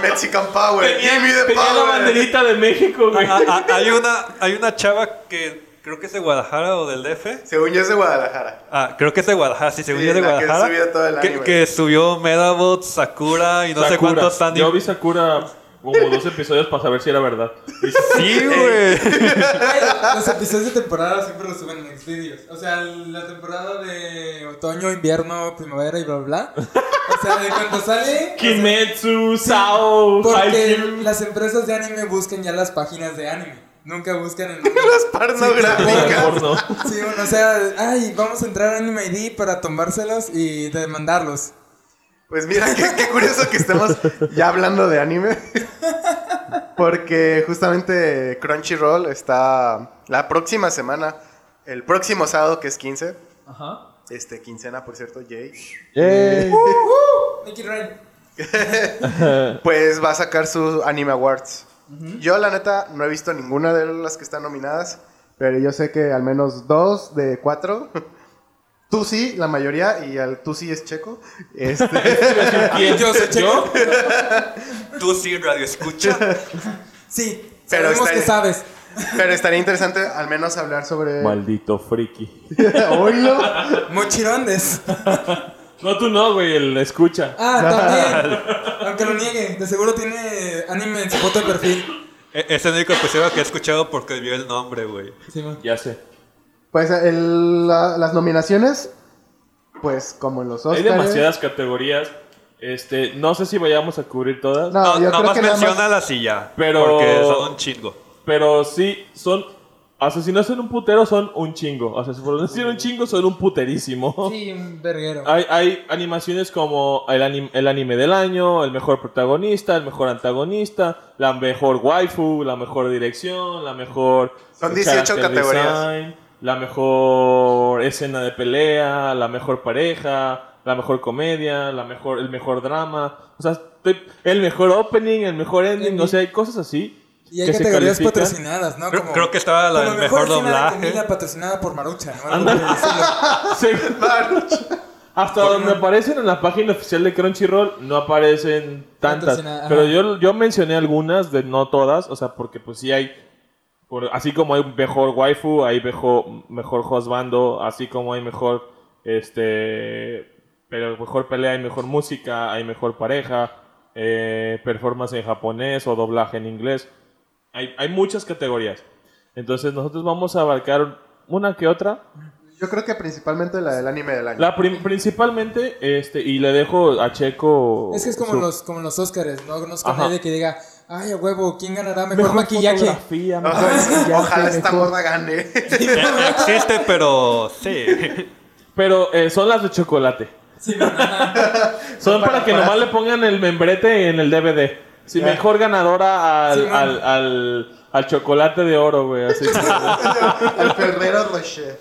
Mexican Power.
Tenía,
Give me the
tenía la
power.
banderita de México, güey.
Ah, ah, hay, una, hay una chava que creo que es de Guadalajara o del DF.
Según yo es de Guadalajara.
Ah, creo que es de Guadalajara, sí, según
Sí,
yo es de
la que
Guadalajara.
subió todo el
que,
anime.
que subió Medabot, Sakura y no sé
Sakura.
cuántos animes.
Yo vi Sakura como dos episodios para saber si era verdad. Y
Sí, güey.
Ay, Los episodios de temporada siempre los suben en Xvideos. O sea, la temporada de otoño, invierno, primavera y bla bla. bla. O sea, de cuando sale.
Kimetsu, Sao,
Porque
Haikyuu.
las empresas de anime buscan ya las páginas de anime. Nunca buscan en.
Las
Sí,
pornográficas.
Porno.
Sí, bueno, o sea, ay, vamos a entrar a Anime ID para tomárselos y demandarlos.
Pues mira, qué, qué curioso que estemos ya hablando de anime. Porque justamente Crunchyroll está la próxima semana, el próximo sábado que es 15.
Ajá.
Este, quincena, por cierto, Jay.
Nicky Rain.
Pues va a sacar su Anime Awards. Yo, la neta, no he visto ninguna de las que están nominadas. Pero yo sé que al menos dos de cuatro. Tú sí, la mayoría. Y al tú sí es checo. Este,
¿Quién?
Ah, Yo soy checo.
Tú sí, radio escucha.
Sí,
Pero está
sabemos que
bien.
sabes.
pero estaría interesante al menos hablar sobre.
Maldito friki.
Oilo.
Mochirondes.
No, tú no, güey, el escucha.
Ah, también. Aunque lo niegue, de seguro tiene anime en su foto de perfil.
E- Es el único episodio que he escuchado porque vio el nombre, güey.
Sí, man.
Ya sé.
Pues el- la- las nominaciones, pues como en los Oscars.
Hay demasiadas categorías. Este, no sé si vayamos a cubrir todas,
No,
No,
yo creo
nomás
que nada más-
menciona la silla.
Pero-
Porque son un chingo.
pero sí son asesinos son un putero son un chingo. O sea, si por decir un chingo son un puterísimo.
Sí, un verguero.
Hay, hay animaciones como el, anim- el anime del año, el mejor protagonista, el mejor antagonista, la mejor waifu, la mejor dirección, la mejor.
Son 18
character
categorías.
design, la mejor escena de pelea, la mejor pareja, la mejor comedia, la mejor, el mejor drama. O sea, estoy- el mejor opening, el mejor ending.
Ending.
O sea, hay cosas así.
Y hay
que se
categorías
califican.
patrocinadas, ¿no?
Creo- creo que estaba la
como
del mejor
escena de
doblaje.
comida patrocinada por Marucha, ¿no? Algo
Ándale.
por el estilo.
Sí. Hasta donde aparecen en la página oficial de Crunchyroll no aparecen tantas.
Patrocinada, ajá.
Pero yo, yo mencioné algunas, de no todas, o sea, porque pues sí hay, por- así como hay mejor waifu, hay mejor, mejor husbando, así como hay mejor, este, pero mejor pelea, hay mejor música, hay mejor pareja, eh, performance en japonés o doblaje en inglés. Hay, hay muchas categorías. Entonces nosotros vamos a abarcar una que otra.
Yo creo que principalmente la del anime del año.
La prim- principalmente, este, y le dejo a Checo.
Es que es como
su-
los, como los Oscars, no conozco a
Ajá.
nadie que diga, ay, a huevo, ¿quién ganará mejor,
Mejor
maquillaje?
fotografía,
Ay,
mejor maquillaje,
Ojalá esta
mejor-
gorda gane.
Eh, Existe, pero sí.
Pero eh, son las de chocolate.
Sí, no, no, no.
Son para,
Para-
que
para-
nomás le pongan el membrete en el DVD. Si
Ya.
mejor ganadora al,
Sí, man.
al, al, al chocolate de oro, güey. Así que-
Al Ferrero Rocher.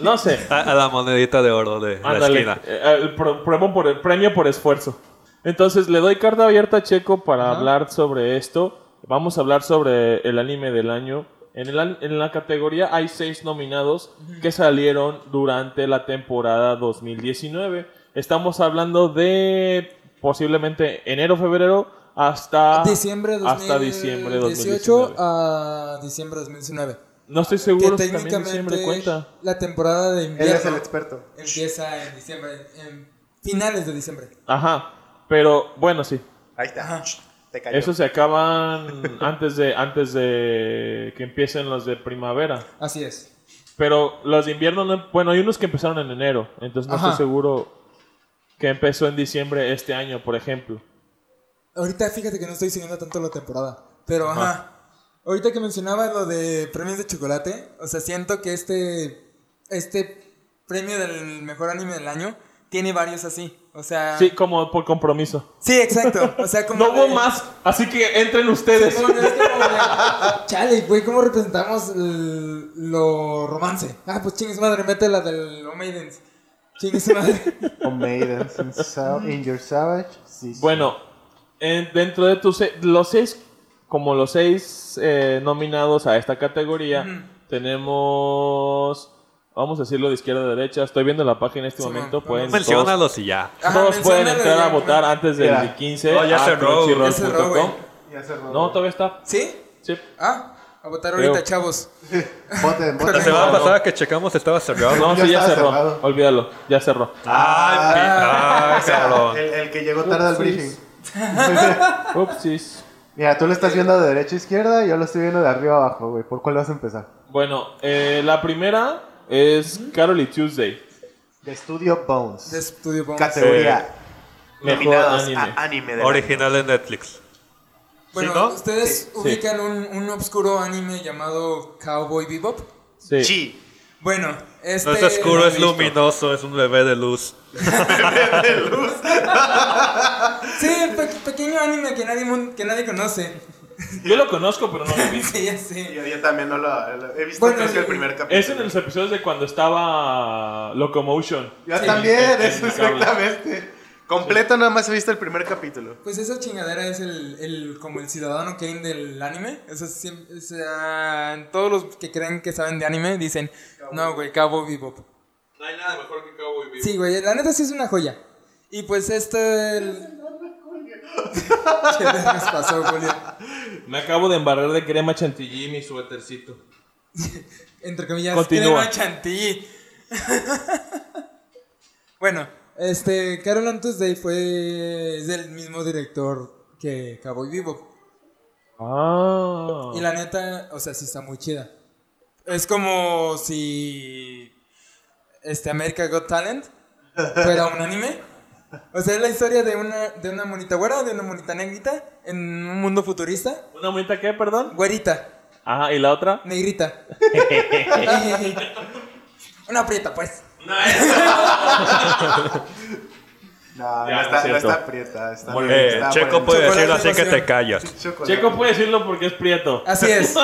no sé.
A, a la monedita de oro de la
Ándale.
esquina.
Eh, el pro- premio por, el premio por esfuerzo. Entonces le doy carta abierta a Checo para hablar sobre esto. Vamos a hablar sobre el anime del año. En, el an- en la categoría hay seis nominados que salieron durante la temporada 2019. Estamos hablando de posiblemente enero, febrero hasta
Diciembre de
Ah, hasta
2018
diciembre 2019.
a diciembre de 2019.
no estoy
ah, Que
seguro si también diciembre
técnicamente
cuenta.
la temporada de
Él es el
invierno
experto.
empieza en diciembre, en finales de diciembre.
Ajá, pero bueno, sí.
Ahí está. Te cayó.
Eso se acaban antes de antes de que empiecen los de primavera.
Así es.
Pero los de invierno, no- bueno, hay unos que empezaron en enero, entonces no
Ajá.
estoy seguro que empezó en diciembre este año, por ejemplo.
Ahorita fíjate que no estoy siguiendo tanto la temporada, pero ajá. Ahorita que mencionaba lo de premios de chocolate, o sea, siento que este, este premio del mejor anime del año tiene varios así. O sea,
Sí, como por compromiso.
sí, exacto. O sea, como
No hubo
de-
más, así que entren ustedes.
Bueno, es que como de, Chale, güey, ¿cómo representamos el- lo romance? Ah, pues chingue su madre, mete la del Omaidens. Chingue su madre.
O Maidens in, Sa- in Your Savage. Sí, sí.
Bueno, en- dentro de tus se- los seis, como los seis eh, nominados a esta categoría, tenemos, vamos a decirlo de izquierda a derecha. Estoy viendo la página en este
Sí,
momento.
no,
Pueden
no.
todos,
Menciónalos Pues y ya.
Ajá,
todos pueden
menciónalo
entrar
ya,
a votar
¿no?
antes del
Mira.
15.
Oh, ya
a
cerró, güey.
Ya cerró, güey.
crunchyroll.com.
Ya cerró.
No, todavía está.
¿Sí?
Sí.
Ah, a votar
Creo.
ahorita, chavos.
Voten, voten.
La
se
semana
va.
pasada que checamos estaba cerrado.
No,
Ya
sí, ya
estaba
cerró.
cerrado.
Olvídalo, ya cerró.
Ah.
Ay, pi- ay, cabrón.
El, el que llegó tarde al
Sí,
briefing.
sí. Upsis.
Mira, tú lo estás viendo de derecha a izquierda, yo lo estoy viendo de arriba a abajo, güey. ¿Por cuál vas a empezar?
Bueno, eh, la primera es Carol y Tuesday.
De Studio Bones.
De Studio Bones.
Categoría.
Mejor anime.
anime
Este,
Original de Netflix.
Bueno,
¿Sí, no?
¿ustedes
Sí, sí.
ubican Un, un obscuro anime llamado Cowboy Bebop?
Sí.
Bueno, este...
No es oscuro, es
Listo.
luminoso, es un bebé de luz.
Sí, pe- pequeño anime que nadie, mun- que nadie conoce.
Yo lo conozco, pero no lo vi.
Sí, ya sé.
Yo, también no lo, he visto
Bueno, creo que el primer
Es en los episodios de cuando estaba Locomotion.
Yo
Sí,
en-
también,
en
eso
el cable.
exactamente. Completo nada más he visto el primer capítulo.
Pues esa chingadera es el, el como el ciudadano Kane del anime. Eso es siem- o sea, todos los que creen que saben de anime dicen, no, güey, Cowboy Bebop.
No hay nada mejor que Cowboy Bebop.
Sí, güey, la neta sí es una joya. Y pues este... el- ¿Qué les pasó, Julio?
Me acabo de embarrar de crema chantilly mi suétercito.
entre comillas,
Continúa.
crema chantilly. bueno, este, Carol on Tuesday fue es del mismo director que Cowboy Vivo.
Ah.
Y la neta, o sea, sí está muy chida. Es como si este America Got Talent fuera un anime. O sea, es la historia de una, de una monita güera, de una monita negrita, en un mundo futurista.
¿Una monita qué, perdón?
Güerita,
Ajá, ¿y la otra?
negrita. una prieta, pues.
No, no,
Ya, no es
está, no
cierto.
está prieta. Está
Muy
bien,
bien.
está
Checo
buena.
puede
Chocolate
decirlo así que
emoción.
te callas.
Chocolate.
Checo puede decirlo porque es prieto.
Así es.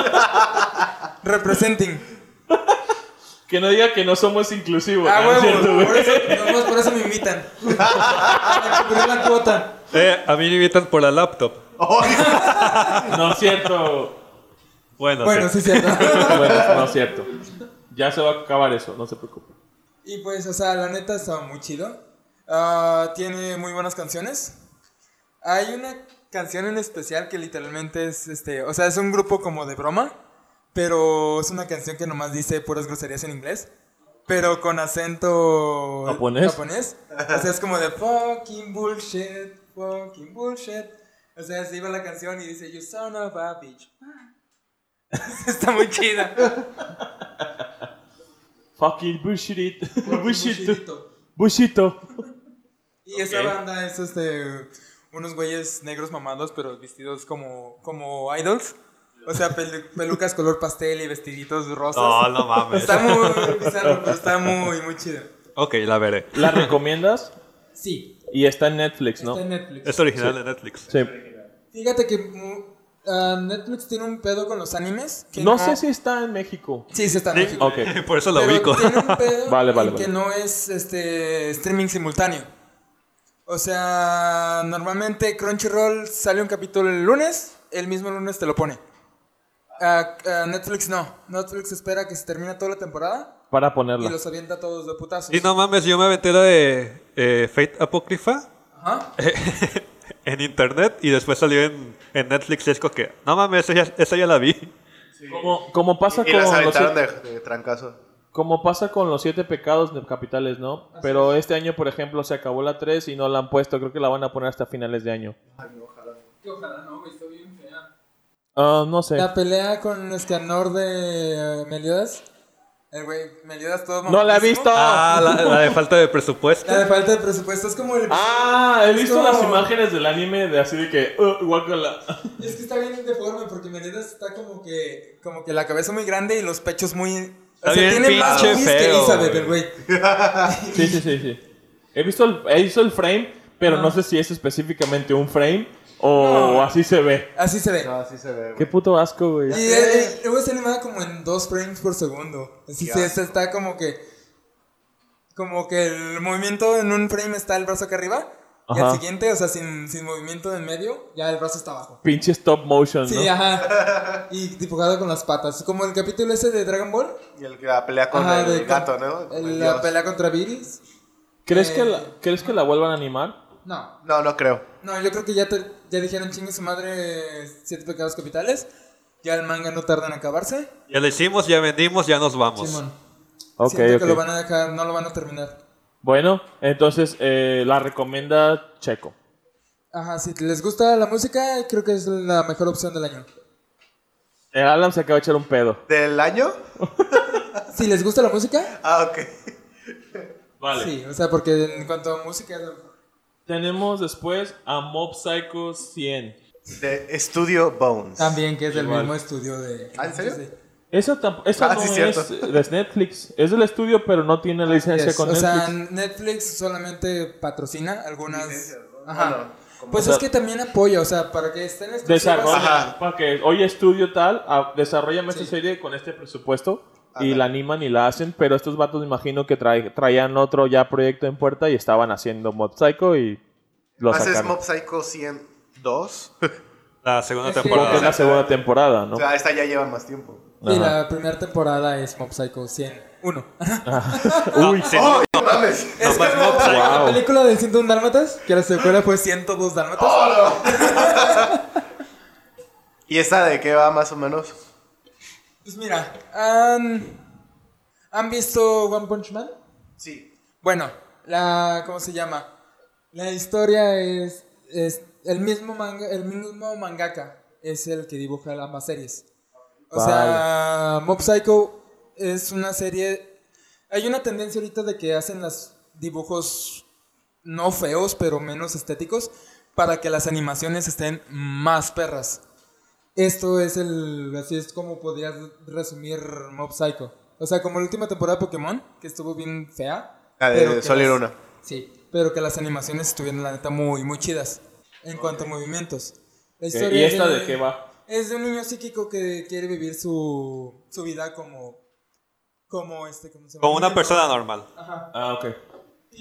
Representing.
Que no diga que no somos inclusivos.
Ah,
No, es cierto,
huevo.
güey.
Por eso, nomás por eso me invitan. Me cubrió la cuota.
Eh, a mí me invitan por la laptop.
Oh,
No es cierto.
Bueno,
Bueno,
sí.
sí, cierto.
Bueno, no es cierto. Ya se va a acabar eso, no se preocupe.
Y pues, o sea, la neta está muy chido. Ah, tiene muy buenas canciones. Hay una canción en especial que literalmente es este. O sea, es un grupo como de broma. Pero es una canción que nomás dice puras groserías en inglés. Pero con acento
¿Japonés?
O sea, es como de fucking bullshit, fucking bullshit. O sea, se iba la canción y dice, You son of a bitch. Está muy chida.
Fucking bullshit. Bullshit.
Bullshitito.
Bullshito.
Y esa
Ok.
banda es este unos güeyes negros mamados, pero vestidos como, como idols. O sea, pelu- pelucas color pastel y vestiditos rosas.
No,
Ah,
no mames.
Está muy bizarro, pero está muy, muy chido.
Ok, la veré.
¿La recomiendas?
Sí,
Y está en Netflix,
está
¿no?
en Netflix.
Es original de Netflix.
Sí.
Fíjate que mm, ah, Netflix tiene un pedo con los animes. que
No sé si está en México.
Sí, sí está en
Sí,
México.
Ok.
Por eso la
Pero
ubico.
tiene un pedo
Vale, vale,
en que
vale.
no es este streaming simultáneo. O sea, normalmente Crunchyroll sale un capítulo el lunes, el mismo lunes te lo pone. Ah, ah, Netflix no. Netflix espera que se termine toda la temporada
Para
y
ponerla.
los avienta todos de putazos.
Y no mames, yo me aventé la de eh, Fate Apócrifa
Ajá.
en internet y después salió en, en Netflix. Y es como que, no mames, esa ya, esa ya la vi.
Como, como pasa
Y
con
las
los
aventaron
siete,
de, de trancazo.
como pasa con los siete pecados de capitales, ¿no? Pero este año, por ejemplo, se acabó la 3 y no la han puesto. Creo que la van a poner hasta finales de año.
Ojalá no, está bien fea.
Ah, no sé.
La pelea con Escanor de eh, Meliodas El güey, Meliodas todo
¡No la he
mamadísimo.
visto!
Ah, la, la de falta de presupuesto.
La de falta de presupuesto es como el.
Ah, he
es
visto
como-
las imágenes del anime de así de que, uh, guácala.
Es que está bien deforme porque Meliodas está como que. Como que la cabeza muy grande y los pechos muy.
Está bien
tiene más
pinche
boobies que
feo,
Elizabeth,
güey.
el güey.
Sí, sí, sí, sí. He visto el, he visto el frame, pero no sé si es específicamente un frame o
Ah. No.
así se ve.
Así se ve.
No, así se ve. güey.
Qué puto asco, güey.
Y
sé.
eh, eh, luego está animada como en dos frames por segundo. Así
Ya.
se, se está como que. Como que el movimiento en un frame está el brazo acá arriba. Y
Ajá.
al siguiente, o sea, sin, sin movimiento en medio, ya el brazo está abajo.
Pinche stop motion,
Pues
Sí,
¿no?
ajá. Y dibujado con las patas. Como el capítulo ese de Dragon Ball.
Y el, la pelea con
Ajá,
el
de-
gato, ¿no? Con el
el- la
dios.
pelea contra Viris.
¿Crees,
Eh.
que la, ¿Crees que la vuelvan a animar?
No.
No, no creo.
No, yo creo que ya, te- ya dijeron chingue su madre siete pecados capitales. Ya el manga no tarda en acabarse.
Ya le hicimos, ya vendimos, ya nos vamos.
Simón.
Ok,
Siento
ok.
que lo van a dejar, no lo van a terminar.
Bueno, entonces eh, la recomienda Checo.
Ajá, si les gusta la música, creo que es la mejor opción del año.
El Alan se acaba de echar un pedo.
¿Del año?
Si les gusta la música,
Ah, ok.
sí, o sea, porque en cuanto a música es lo mejor.
Tenemos después a Mob Psycho 100.
De Studio Bones.
También que es del
Igual.
mismo estudio de.
¿Ah, en serio?
Sí.
Esa, tamp- esa
Ah,
no
sí,
es
cierto. Ah,
de Netflix. Es del estudio, pero no tiene licencia
Yes,
con
o
Netflix.
sea, Netflix solamente patrocina algunas.
Licencias, ¿no? Bueno,
Ajá.
como-
Pues
O sea-
es que también apoya, o sea, para que estén exclusivas.
Desarrolla,
Ajá.
para que hoy estudio tal, a, desarrollame
Sí.
esta serie con este presupuesto y
Ajá.
la animan y la hacen, pero estos vatos me imagino que trae- traían otro ya proyecto en puerta y estaban haciendo Mob Psycho y lo
Haces
sacaron.
Mob Psycho 102.
La segunda
Es que-
Porque es
temporada.
la segunda temporada, ¿no?
O sea, Ah, esta ya lleva más tiempo.
Y la primera temporada es Mob Psycho 101.
Uy, sí.
¡Oh! ¡No mames!
Es
Nomás
como
Mob Psycho.
la
Wow.
película de 101 Dálmatas, que la secuela fue 102 Dálmatas.
¿Y esta de qué va más o menos?
Pues mira, ¿han, ¿han visto One Punch Man?
Sí.
Bueno, la ¿cómo se llama? La historia es, es el mismo manga, el mismo mangaka es el que dibuja ambas series. O sea, Mob Psycho es una serie hay una tendencia ahorita de que hacen los dibujos no feos, pero menos estéticos para que las animaciones estén más perras. Esto es el así es como podrías resumir Mob Psycho. O sea, como la última temporada de Pokémon, que estuvo bien fea,
La
pero que
de Sol y
las-
Luna.
Sí, pero que las animaciones estuvieron, la neta, muy, muy chidas en cuanto a movimientos. La
Ok, ¿Y esta
de-
de qué va?
Es de un niño psíquico que quiere vivir su, su vida como. Como este, ¿cómo se llama?
Como una persona normal.
Ajá.
Ah, ok.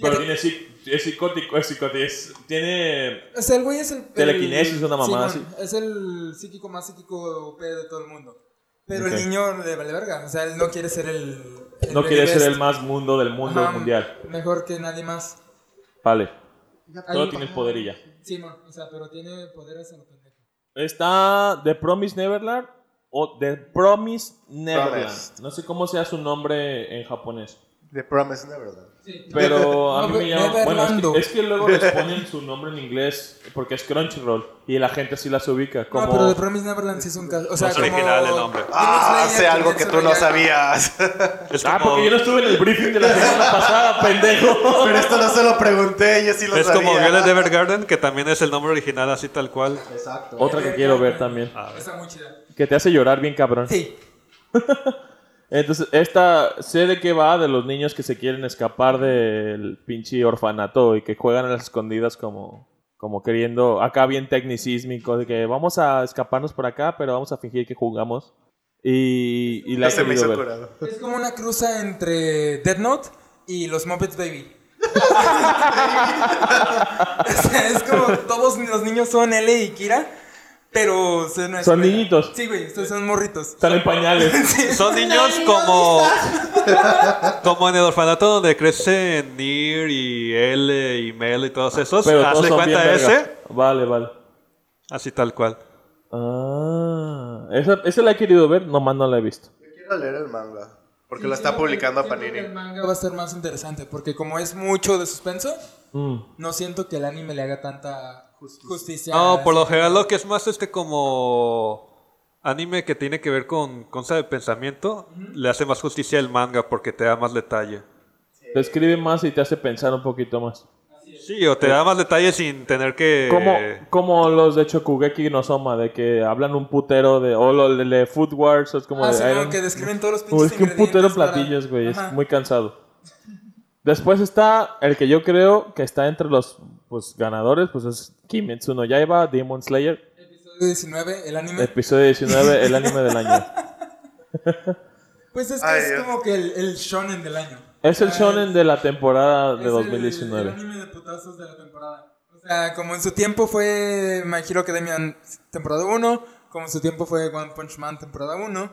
Pero tiene psic- es psicótico, es psicótico, es- tiene...
O sea, el güey es el. el-
Telequinesis, una mamada
Simón, Es el psíquico más psíquico OP de todo el mundo. Pero
Ok.
el niño le vale verga. O sea, él no quiere ser el. el
No
Baby
quiere ser
Best.
el más mundo del mundo
Ajá,
mundial.
Mejor que nadie más.
Vale, todo
Ahí-
tiene el poder y ya.
Simón, o sea, pero tiene poderes en lo pendejo.
Está The Promise Neverland o The Promise Neverland.
Promised.
No sé cómo sea su nombre en japonés.
The Promise Neverland.
Sí.
Pero a
No,
mí me
ve-
llama.
ve
Bueno, es
Orlando.
que, es que luego les ponen su nombre en inglés porque es Crunchyroll y la gente sí las ubica. Como,
No, Ah, pero The Promise Neverland sí es un caso. O sea,
es
como
original el nombre.
Demon
Ah,
Slayer,
sé algo que tú
Kimetsu no
no
Yaiba.
sabías.
Es
Ah,
como,
porque yo no estuve en el briefing de la semana pasada, pendejo.
Pero esto no se lo pregunté, yo sí lo
es
sabía.
como Violet Evergarden, que también es el nombre original así tal cual.
Exacto.
Otra que quiero ver también.
A ver.
Está muy chida.
Que te hace llorar bien cabrón.
Sí.
Entonces, esta sé de qué va de los niños que se quieren escapar del pinche orfanato y que juegan a las escondidas como, como queriendo, acá bien tecnicísmico, de que vamos a escaparnos por acá, pero vamos a fingir que jugamos. Y, y
No
la he
se me
querido
hizo
ver.
curado.
Es como una cruza entre Dead Note y los Muppets Baby. O sea, es como todos los niños son L y Kira, pero son, una
Son
escuela.
niñitos.
Sí, güey, estos son morritos.
Están en pañales.
Sí.
Son niños como. Como en el orfanato donde crecen Nir y L y Mel y todos esos.
Pero todos
Hazle
son bien
cuenta
verga.
ese.
Vale, vale.
Así tal cual.
Ah, esa, esa la he querido ver, nomás no la he visto.
Yo quiero leer el manga. Porque
Sí,
lo está
siento que-
publicando
siento que El
Panini.
manga va a ser más interesante porque como es mucho de suspenso,
Mm.
no siento que el anime le haga tanta justicia. Ah,
No, por lo general lo que es más este como anime que tiene que ver con cosa de pensamiento, le hace más justicia el manga porque te da más detalle.
Te escribe más y te hace pensar un poquito más.
Sí, o te da más detalle sin tener que...
Como,
Eh,
como los de Chokugeki no Soma, de que hablan un putero de. O lo de, de Food Wars, es como
Ah,
de.
sí,
ay,
como que describen todos los
o es
pinches
que un putero
ingredientes para-
platillos, güey, es
Ajá.
muy cansado. Después está el que yo creo que está entre los pues, ganadores, pues es Kimetsu no Yaiba, Demon Slayer,
Episodio 19, el anime.
episodio 19, el anime del año.
Pues es que
Ay,
es
Dios.
como que el, el shonen del año.
Es el
Ah,
shonen de la temporada de
es el-
2019.
El, anime de putazos de la temporada. O sea, como en su tiempo fue My Hero Academia en temporada 1, como en su tiempo fue One Punch Man temporada 1.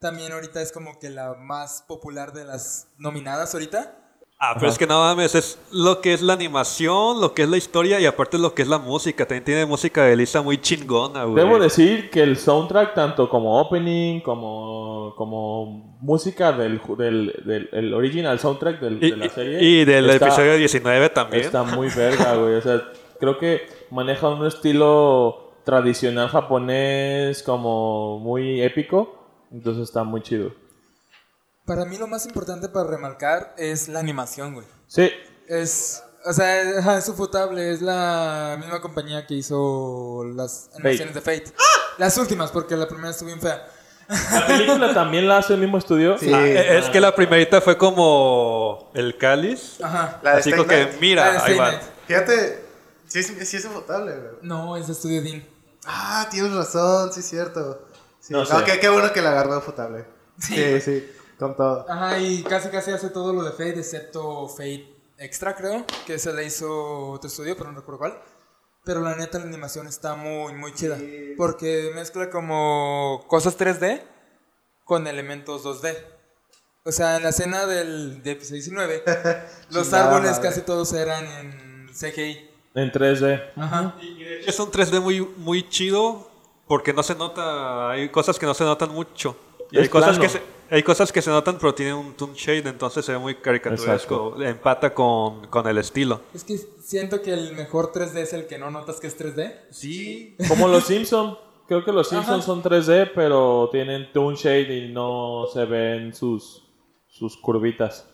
También ahorita es como que la más popular de las nominadas ahorita.
Ah, pero es que no mames, es lo que es la animación, lo que es la historia y aparte lo que es la música. También tiene música de Lisa muy chingona, güey.
Debo decir que el soundtrack, tanto como opening, como, como música del, ju- del, del- el original soundtrack del-
Y,
de la serie.
y del
está-
episodio 19 también.
Está muy verga, güey. O sea, creo que maneja un estilo tradicional japonés como muy épico. Entonces está muy chido.
Para mí lo más importante para remarcar es la animación, güey.
Sí,
Es. O sea, es, ajá, es Ufotable, es la misma compañía que hizo las animaciones de Fate. Las últimas, porque la primera estuvo bien fea.
la película también la hace el mismo estudio.
Sí.
Ah, e- es que la primerita fue como el cáliz.
Ajá.
La de
así
Stein
como que,
Knight.
La de
mira, ahí
Stay
va.
Night.
Fíjate, sí es, sí es infotable, güey.
No, es de Studio Dean.
Ah, tienes razón, sí es cierto. Sí,
No
no,
sé.
qué, qué bueno que la agarró Futable. Sí, sí, con todo.
Ajá, y casi casi hace todo lo de Fate, excepto Fate Extra, creo, que se la hizo otro estudio, pero no recuerdo cuál. Pero la neta, la animación está muy, muy chida. Porque mezcla como cosas 3D con elementos 2D. O sea, en la escena del de episodio 19, los
Chingada
árboles
madre.
casi todos eran en CGI.
En 3D.
Ajá.
Es un 3D muy, muy chido porque no se nota, hay cosas que no se notan mucho. Y
Es
hay cosas,
plano.
que se, hay cosas que se notan pero tienen un tone shade, entonces se ve muy caricaturesco, empata con, con el estilo.
Es que siento que el mejor 3D es el que no notas que es 3D.
Sí.
Como los Simpson. Creo que los Simpsons
Ajá.
son 3D, pero tienen Toon Shade y no se ven sus, sus curvitas.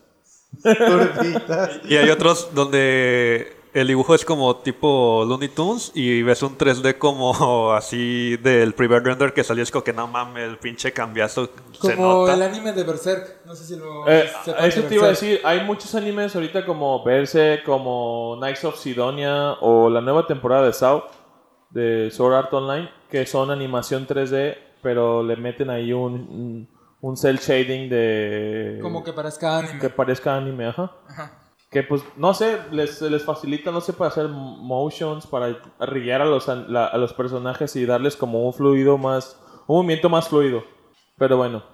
Turbitas.
Y hay otros donde el dibujo es como tipo Looney Tunes y ves un 3D como así del primer render que salió, es como que no mames, el pinche cambiazo se
Como
nota.
el anime de Berserk. No sé si lo.
Eh,
sepan de
eso te iba a
Berserk.
decir, hay muchos animes ahorita como Verse, como Knights of Sidonia o la nueva temporada de South de Sword Art Online, que son animación 3D, pero le meten ahí un, un, un cel shading de...
Como que parezca anime.
que parezca anime, ajá.
Ajá.
Que pues, no sé, les, se les facilita, no sé, para hacer motions, para guiar a los, an- la- a los personajes y darles como un fluido más, un movimiento más fluido. Pero bueno,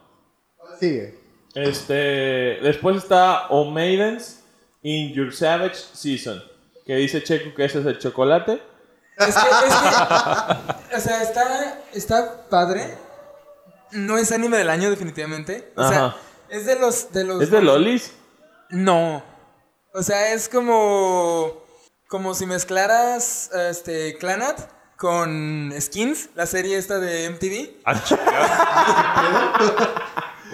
Sigue.
este, después está O Maidens in Your Savage Season, que dice Checo que ese es el chocolate.
Es que, es que- o sea, está, está padre. No es anime del año, definitivamente. O sea,
Ajá.
es de los, de los.
¿Es de lolis?
No. O sea, es como. Como si mezclaras este, Clanat con Skins, la serie esta de MTV.
Ah,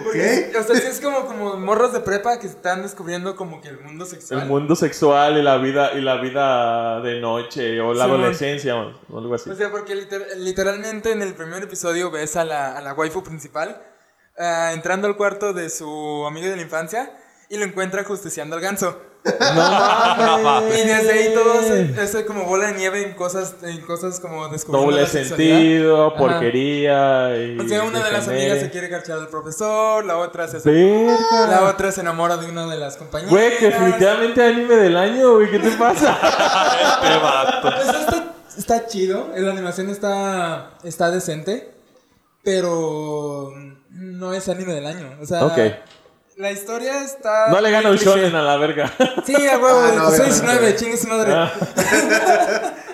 Porque, O sea, sí es como, como morros de prepa que están descubriendo como que el mundo sexual.
El mundo sexual y la vida y la vida de noche o la
Sí,
adolescencia o o algo así.
O sea, porque liter- literalmente en el primer episodio ves a la, a la waifu principal ah, entrando al cuarto de su amigo de la infancia y lo encuentra justiciando al ganso.
No mames.
Y desde ahí todo se- es como bola de nieve en cosas, en cosas como descubriendo
doble
la sexualidad.
sentido,
Ajá.
porquería y
O sea, una de las
degenere.
amigas se quiere garchar al profesor, la otra se
Verga.
la otra se enamora de una de las compañeras.
Güey, que definitivamente anime del año, güey, ¿qué te pasa?
Ah,
Este vato.
Pues está, está chido, la animación está, está decente, pero no es anime del año. O sea,
Ok.
la historia está.
No le gana un
cliché.
shonen a la verga.
Sí, a huevo,
Ah, no,
soy
obviamente.
19, chingue su madre.
Ah.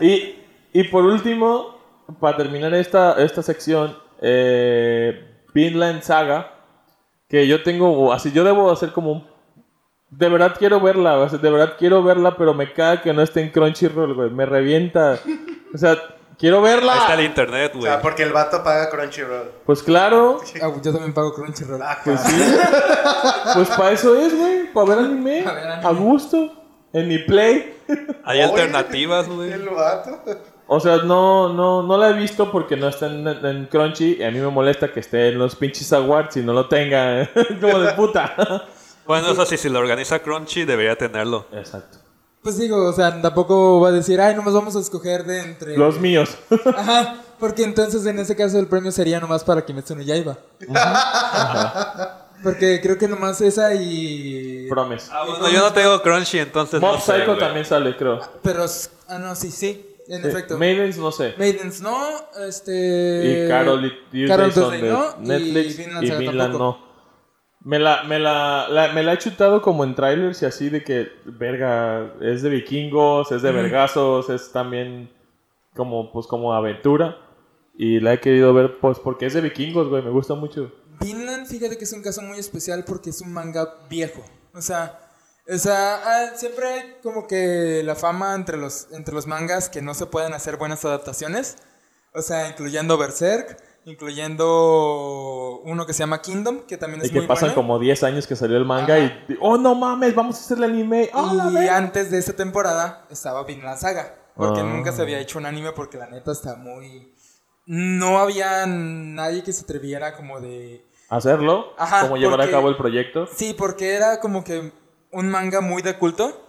Y, y por último, para terminar esta, esta sección, eh, Vinland Saga, que yo tengo, así yo debo hacer como un... De verdad quiero verla, o sea, de verdad quiero verla, pero me caga que no esté en Crunchyroll, güey, me revienta. O sea, ¡Quiero verla!
Ahí está el internet,
O
güey.
sea, porque el vato paga Crunchyroll.
Pues claro,
Ah, yo también pago Crunchyroll.
Ah,
pues sí. pues para eso es, güey. Para ver anime.
Para ver anime.
A gusto. En mi play.
Hay
Oye,
alternativas,
El
güey.
vato.
O sea, no, no, no la he visto porque no está en, en Crunchy. Y a mí me molesta que esté en los pinches awards y no lo tenga. Como de puta.
Bueno, eso sí, si lo organiza Crunchy, debería tenerlo.
Exacto.
Pues digo, o sea, tampoco va a decir, ay, nomás vamos a escoger de entre.
Los míos.
Ajá, porque entonces en ese caso el premio sería nomás para Kimetsu no Yaiba. Porque creo que nomás esa y.
Promes.
Ah, bueno, yo no tengo Crunchy, entonces
Mob
no sé,
Psycho
güey.
también sale, creo.
Pero. s- Ah, no, sí, sí, en
Eh,
efecto.
Maidens, no sé.
Maidens no, este.
y Carol y
Carol
Tuesday son
Tuesday
de
no,
Netflix
Vinland
y
Saga
Vinland
tampoco.
no. Me la, me, la, la- me la he chutado como en trailers y así de que, verga, es de vikingos, es de vergazos, es también como, pues, como aventura. Y la he querido ver, pues, porque es de vikingos, güey, me gusta mucho.
Vinland, fíjate que es un caso muy especial porque es un manga viejo. O sea, o sea ah, siempre hay como que la fama entre los, entre los mangas que no se pueden hacer buenas adaptaciones. O sea, incluyendo Berserk, incluyendo uno que se llama Kingdom, que también es
y que
muy
pasan
bueno.
como 10 años que salió el manga y, oh, no mames, vamos a hacer el anime. ¡Ah, la
Y
verga!
antes de esta temporada estaba Vinland Saga, porque
Ah.
nunca se había hecho un anime porque la neta está muy... No había nadie que se atreviera como de...
Hacerlo,
Ajá,
como llevar
porque-
a cabo el proyecto.
Sí, porque era como que un manga muy de culto.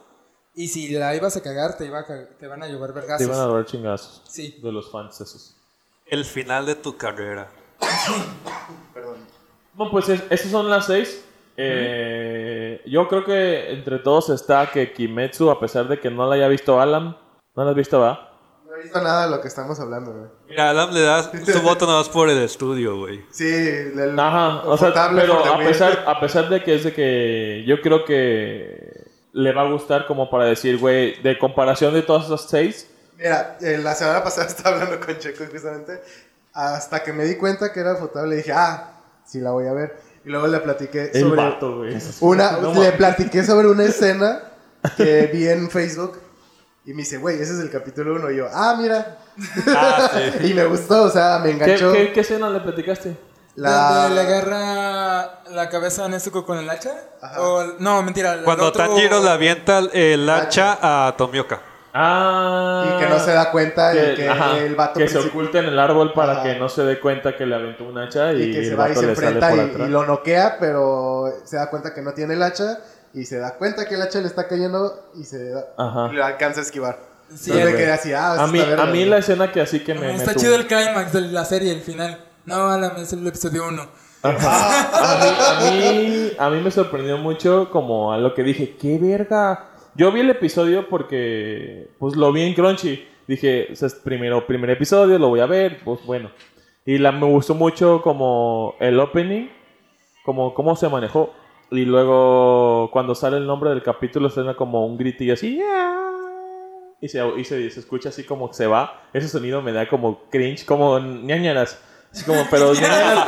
Y si la ibas a cagar, te, iba a ca- te van a llover
Te iban a
vergazos.
dar chingazos
Sí.
de los fans esos.
El final de tu carrera.
Perdón.
Bueno, pues es- esas son las seis. Eh, Yo creo que entre todos está que Kimetsu, a pesar de que no la haya visto Alan, no la has visto, ¿va?
No he visto nada de lo que estamos hablando, güey.
Mira, Alam le das su voto nada más por el estudio, güey.
Sí, el
Ajá, o sea,
Potable
pero
for the
a
win.
pesar, a pesar de que es de que yo creo que le va a gustar como para decir, güey, de comparación de todas esas seis,
Mira, eh, la semana pasada estaba hablando con Checo justamente. Hasta que me di cuenta que era potable, dije, ah, sí la voy a ver. Y luego le platiqué
el
sobre.
vato, güey.
Una,
No
le
mames.
platiqué sobre una escena que vi en Facebook. Y me dice, güey, ese es el capítulo 1. Y yo, ah, mira.
Ah, sí.
Y me gustó, o sea, me
¿Qué,
enganchó.
qué, ¿Qué escena le platicaste?
La...
Donde le agarra la cabeza a Nezuko con el hacha.
Ajá.
O- no, mentira. el
Cuando
otro-
Tanjiro le avienta el hacha a Tomioka.
Ah,
Y que no se da cuenta de que
ajá,
el vato
que se
princip-
oculta en el árbol para
Ajá.
que no se dé cuenta que le aventó un hacha y,
y que se
el
va y
vato
se
le sale por
enfrenta y,
atrás.
y lo noquea, pero se da cuenta que no tiene el hacha. Y se da cuenta que el hacha le está cayendo y se da-
Ajá.
y lo alcanza a esquivar.
Sí,
Entonces me
güey.
quedé así, ah, eso
Ah. A mí,
está verga,
a mí
güey.
la escena que así que me... me
Está
tuvo-
chido el clímax de la serie, el final. No, a la es el episodio 1.
A mí, a, mí, a mí me sorprendió mucho como a lo que dije, qué verga. Yo vi el episodio porque pues lo vi en Crunchy. Dije, "Ese es primero, primer episodio, lo voy a ver, pues bueno. Y la, me gustó mucho como el opening, como cómo se manejó. Y luego cuando sale el nombre del capítulo suena como un gritillo así. Y se, y se, se escucha así como que se va. Ese sonido me da como cringe, como ñañaras. Así como, pero ñañaras.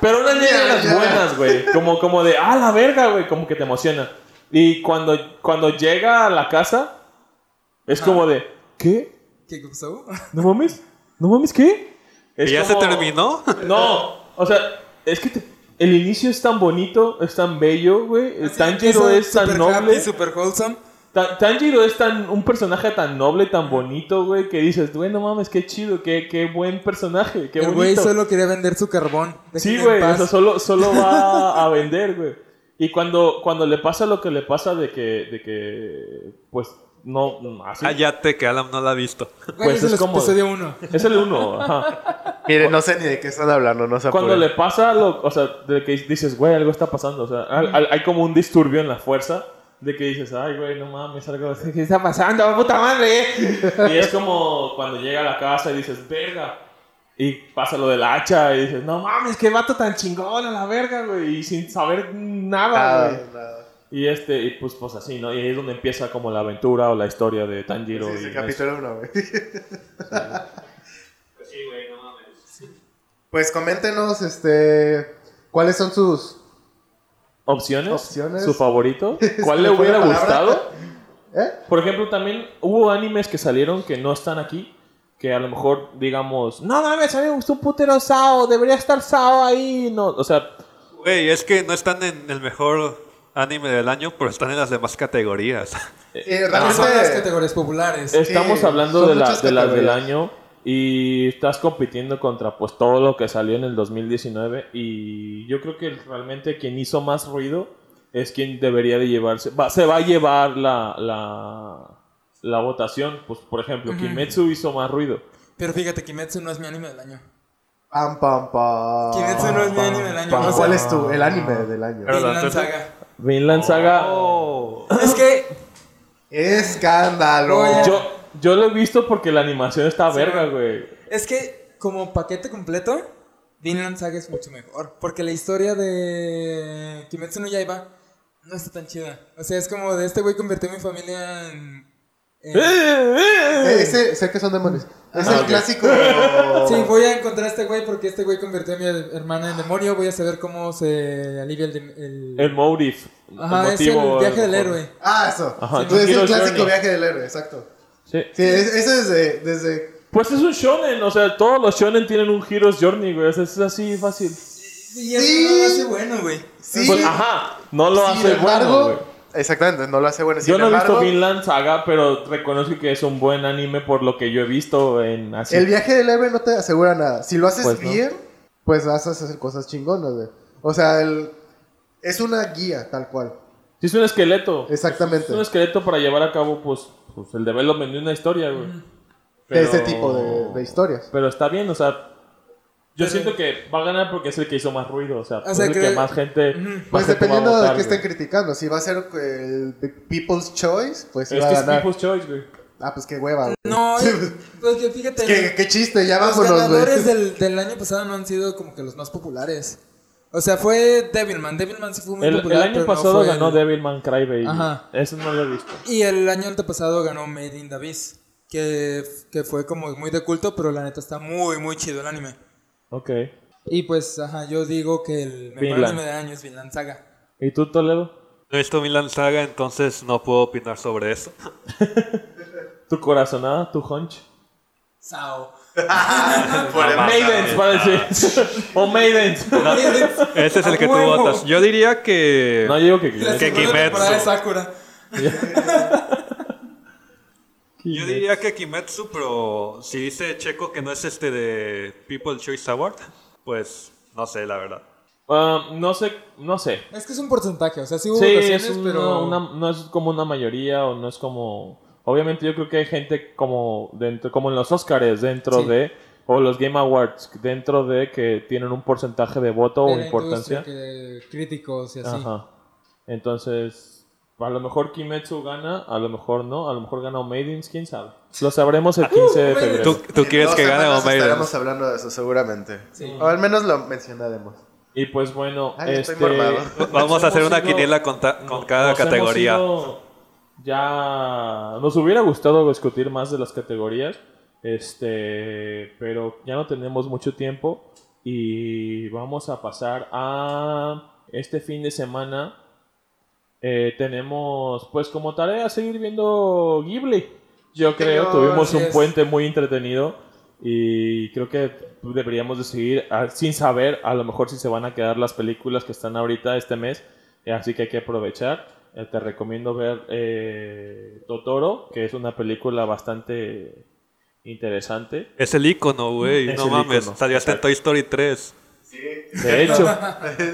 Pero unas ñañaras buenas, güey. Como, como de, ah, la verga, güey. Como que te emociona. Y cuando, cuando llega a la casa, es como de, ¿qué?
¿Qué pasó?
¿No mames? ¿No mames qué?
¿Y
Es
ya se
como-
terminó?
No, o sea, es que te- el inicio es tan bonito, es tan bello, güey. Tanjiro
Empieza
es tan
super
noble.
Happy, super wholesome.
Ta- Tanjiro es tan, un personaje tan noble, tan bonito, güey, que dices, güey, no mames, qué chido, qué, qué buen personaje, qué
el güey
bonito.
solo quería vender su carbón.
Sí,
Déjenme en
güey,
paz.
o sea, solo, solo va a vender, güey. Y cuando, cuando le pasa lo que le pasa de que, de que pues, no,
Ah,
así.
Cállate que Alam no la ha visto.
Güey,
pues
es el
es como-
episodio 1.
Es el uno, ajá.
Mire, no sé ni de qué están hablando, no sé.
Cuando le pasa, lo, o sea, de que dices, güey, algo está pasando. O sea, al- al- hay como un disturbio en la fuerza de que dices, ay, güey, no mames, algo ¿qué está pasando, puta madre. y es como cuando llega a la casa y dices, verga. Y pasa lo del hacha y dices, no mames, qué vato tan chingón a la verga, güey. Y sin saber
Ah,
nada, güey. Y este, y pues, pues así, ¿no? Y ahí es donde empieza como la aventura o la historia de Tanjiro.
Sí,
y
sí,
Nezuko.
capítulo 1, güey. Pues coméntenos, este, cuáles son sus...
¿Opciones?
Opciones.
¿Su favorito?
Se
¿Cuál le
me fue la
hubiera
palabra.
gustado?
¿Eh?
Por ejemplo, también hubo animes que salieron que no están aquí, que a lo mejor digamos, no mames, a mí me gustó un putero Sao, debería estar Sao ahí. No, o sea,
Güey, es que no están en el mejor anime del año, pero están en las demás categorías.
Sí,
Pero Eh, son las
realmente.
categorías populares.
estamos
Sí,
hablando
son
de, la-
muchas
de las del
categorías.
año y estás compitiendo contra pues todo lo que salió en el 2019 y yo creo que realmente quien hizo más ruido es quien debería de llevarse, va- se va a llevar la, la, la votación, pues por ejemplo,
Ujú.
Kimetsu hizo más ruido.
Pero fíjate, Kimetsu no es mi anime del año.
Pam, pam, pam.
Kimetsu no es mi anime del año, Ah.
Pam,
no sé.
¿Cuál es tu? El anime del año.
Pero la
Vinland
tercera-
Saga.
Vinland Saga
Es que
Escándalo.
Oye.
Yo, yo lo he visto porque la animación está verga, güey.
Es que como paquete completo, Vinland Saga es mucho mejor. Porque la historia de Kimetsu no Yaiba no está tan chida. O sea, es como de este güey convirtió a mi familia en... en-
Eh, Ese, sé que son demonios. Es
Ah,
el clásico.
Sí, voy a encontrar a este güey porque este güey convirtió a mi hermana en demonio. Voy a saber cómo se alivia el... dem- el-
El motif.
Ajá, es el viaje del héroe.
Ah, eso.
Ajá,
Sí, es el
Chihiro
clásico
Journey.
viaje del héroe, exacto. Sí, es- ese es de- desde.
Pues es un shonen, o sea, todos los shonen tienen un Hero's Journey, güey. o sea, Es así fácil.
Y eso
Sí.
no lo hace bueno, güey.
Sí,
Pues, ajá, no lo
sin
hace bueno,
embargo,
güey.
Exactamente, no lo hace bueno.
Yo
Sin
no he visto
embargo,
Vinland Saga, pero reconozco que es un buen anime por lo que yo he visto en así.
El viaje del héroe no te asegura nada. Si lo haces
Pues no.
bien, pues vas a hacer cosas chingonas, güey. O sea, el- es una guía, tal cual.
Sí, es un esqueleto.
Exactamente.
Es un esqueleto para llevar a cabo, pues, pues, el development de una historia, güey.
De ese tipo de, de historias.
Pero está bien, o sea. Yo
Pero-
siento que va a ganar porque es el que hizo más ruido, o sea, es
sea,
el
creo-
que más gente.
Ujú.
más
Pues
gente va a
dependiendo de
votar,
qué estén
güey.
criticando. Si va a ser eh, el People's Choice, pues sí
Es
va
que
a
es
ganar.
People's Choice, güey.
Ah, pues qué hueva, güey.
No,
Sí,
es- pues que fíjate...
qué, qué chiste, ya
Los
vámonos,
ganadores
güey.
del, del año pasado no han sido como que los más populares. O sea, fue Devilman. Devilman sí fue muy
El, el
popular.
año
pero no
pasado
fue
ganó
el-
Devilman Crybaby.
Ajá.
Eso no lo he visto.
Y el año antepasado ganó Made in the Abyss. Que, que fue como muy de culto, pero la neta está muy, muy chido el anime.
Ok.
Y pues, ajá, yo digo que el mejor
Vinland.
anime de año es Vinland Saga.
¿Y tú, Toledo?
No he visto Milan Saga, entonces no puedo opinar sobre eso.
¿Tu corazonada? ¿Tu hunch?
Sao.
Maidens, parece. o Maidens.
Ese es el que tú
¡A huevo!
votas. Yo diría que...
No, yo digo que
La
Que
segunda
Kimetsu.
temporada de Sakura.
Yo diría que Kimetsu, pero si dice Checo que no es este de People Choice Award, pues no sé, la verdad.
Ah, no sé, no sé.
Es que es un porcentaje, o sea, sí hubo
Sí,
votaciones,
es una-
pero...
una- no es como una mayoría o no es como... Obviamente yo creo que hay gente como dentro, como en los Oscars dentro
Sí.
de, o los Game Awards dentro de que tienen un porcentaje de voto
de
o
la
importancia.
industria, que críticos y así.
Ajá. Entonces, a lo mejor Kimetsu gana, a lo mejor no, a lo mejor gana Maidens, quién sabe. Lo sabremos el 15 de febrero.
Pues, ¿Tú, tú quieres que gane o Maiden?
Estaremos hablando de eso, seguramente.
Sí.
O al menos lo mencionaremos.
Y pues bueno,
Ay,
este,
estoy mormado.
Vamos a hacer
hemos
una
ido-
quiniela con, ta- con
nos-
cada
nos hemos
categoría.
ido- ya nos hubiera gustado discutir más de las categorías, este, pero ya no tenemos mucho tiempo y vamos a pasar a este fin de semana. eh, tenemos, pues como tarea, seguir viendo Ghibli. Yo creo,
Señor,
tuvimos
así
un
es.
puente muy entretenido y creo que deberíamos de seguir ah, sin saber a lo mejor si se van a quedar las películas que están ahorita este mes, eh, así que hay que aprovechar. Eh, te recomiendo ver eh, Totoro, que es una película bastante interesante.
Es el icono, güey.
Es
No
el
mames,
ícono,
salió hasta en
exacto.
Toy Story 3.
De hecho,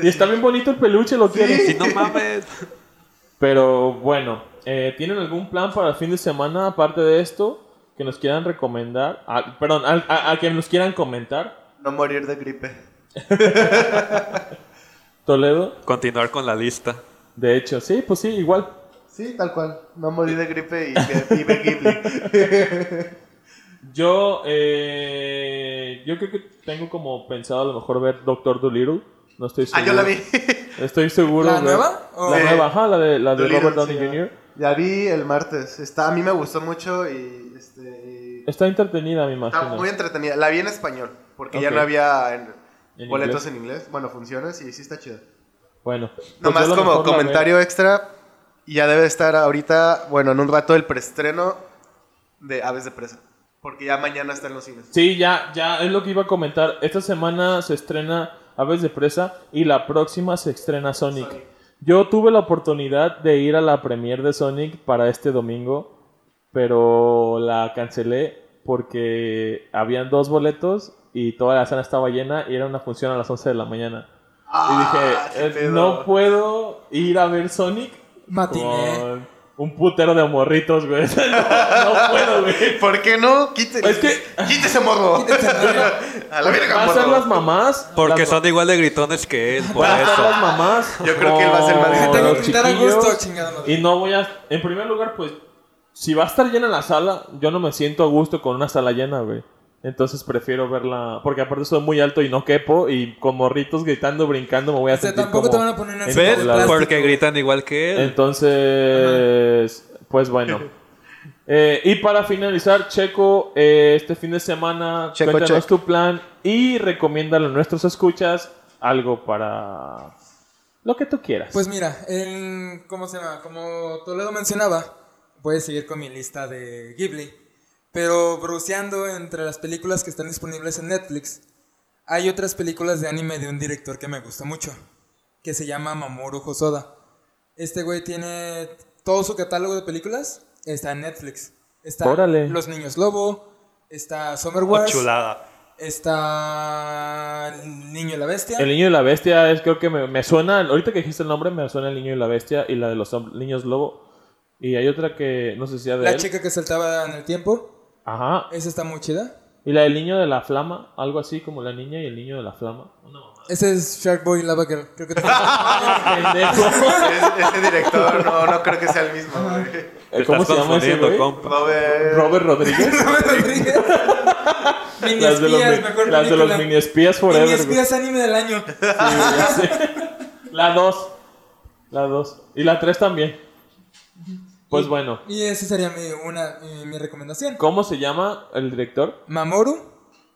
y está bien bonito el peluche, lo quieres.
Y no mames.
Pero bueno, eh, ¿tienen algún plan para el fin de semana aparte de esto que nos quieran recomendar? Ah, perdón, al- a, a que nos quieran comentar.
No morir de gripe.
Toledo,
Continuar con la lista.
de hecho, sí, pues sí, igual.
Sí, tal cual. No morir de gripe y que vive Ghibli.
Yo, eh, yo creo que tengo como pensado a lo mejor ver Doctor Dolittle. No estoy
ah,
seguro.
yo la vi.
Estoy seguro.
¿La
güey.
nueva? ¿O-
La
Sí.
nueva, ajá, la de, la de
Dolittle,
Robert Downey
sí, ya.
Jr.
La vi el martes. Está, a mí me gustó mucho y este, y
Está entretenida, me imagino.
está muy entretenida. La vi en español, porque ya
Ok.
no había en-
¿En
boletos en inglés. Bueno, funciones y sí está chido.
Bueno.
Nomás
pues yo a lo
como
mejor la
comentario extra, ya debe estar ahorita, bueno, en un rato el preestreno de Aves de Presa. Porque ya mañana está en los cines.
Sí, ya, ya es lo que iba a comentar. Esta semana se estrena Aves de Presa y la próxima se estrena Sonic.
Sonic.
Yo tuve la oportunidad de ir a la premiere de Sonic para este domingo, pero la cancelé porque habían dos boletos y toda la sala estaba llena y era una función a las 11 de la mañana.
Ah,
y
qué
dije, eh,
pedo.
no puedo ir a ver Sonic
Matiné.
con un putero de morritos, güey. no, no puedo, güey.
¿Por qué no? Quítese.
Es que-
Quítese morro.
Quítese, morro.
A la verga,
Va a ser
morro.
las mamás.
Porque
las-
son igual de gritones que él, por
Van a estar
eso.
las mamás.
Yo creo que él va a ser el más
con
grande.
Tengo
los
que estar a gusto,
chiquillos,
chingada madre.
Y no voy a. En primer lugar, pues. Si va a estar llena la sala, yo no me siento a gusto con una sala llena, güey. Entonces prefiero verla. Porque aparte soy muy alto y no quepo. Y con morritos gritando, brincando, me voy a
O sea,
sentir.
Este, tampoco
como
te van a poner una
en
silla de
¿Ves?
todos lados.
plástico.
Porque gritan igual que él.
Entonces, pues bueno. Eh, y para finalizar, Checo, eh, este fin de semana,
Checo,
cuéntanos
checo.
tu plan y recomiéndale a nuestros escuchas algo para lo que tú quieras.
Pues mira, en- ¿cómo se llama? Como Toledo mencionaba, voy a seguir con mi lista de Ghibli. Pero bruceando entre las películas que están disponibles en Netflix, hay otras películas de anime de un director que me gusta mucho, que se llama Mamoru Hosoda. Este güey tiene todo su catálogo de películas, está en Netflix. Está
Órale.
Los Niños Lobo, está Summer
Oh,
Wars,
chulada.
está El Niño y la Bestia.
el niño y la bestia es creo que me, me suena, ahorita que dijiste el nombre me suena el niño y la bestia y la de los hom- niños lobo. Y hay otra que no sé si sea de
La
él.
chica que saltaba en el tiempo,
Ajá.
esa está muy chida.
Y la del niño de la flama, algo así como la niña y el niño de la flama.
Ese es Sharkboy Lava Girl. Creo que
Pendejo.
Es- ese director, no, no creo que sea el mismo, güey.
Te
¿Cómo
estás
se llama ese
confundiendo,
güey? Eh,
compa.
Robert.
Robert Rodríguez.
Mini
las de los,
espías,
mi-
mejor
las de los
película.
mini espías
Mini
forever. güey.
espías anime del año.
La 2. La 2. Y la 3 también. Pues bueno.
Y esa sería mi, una, mi, mi recomendación.
¿Cómo se llama el director?
Mamoru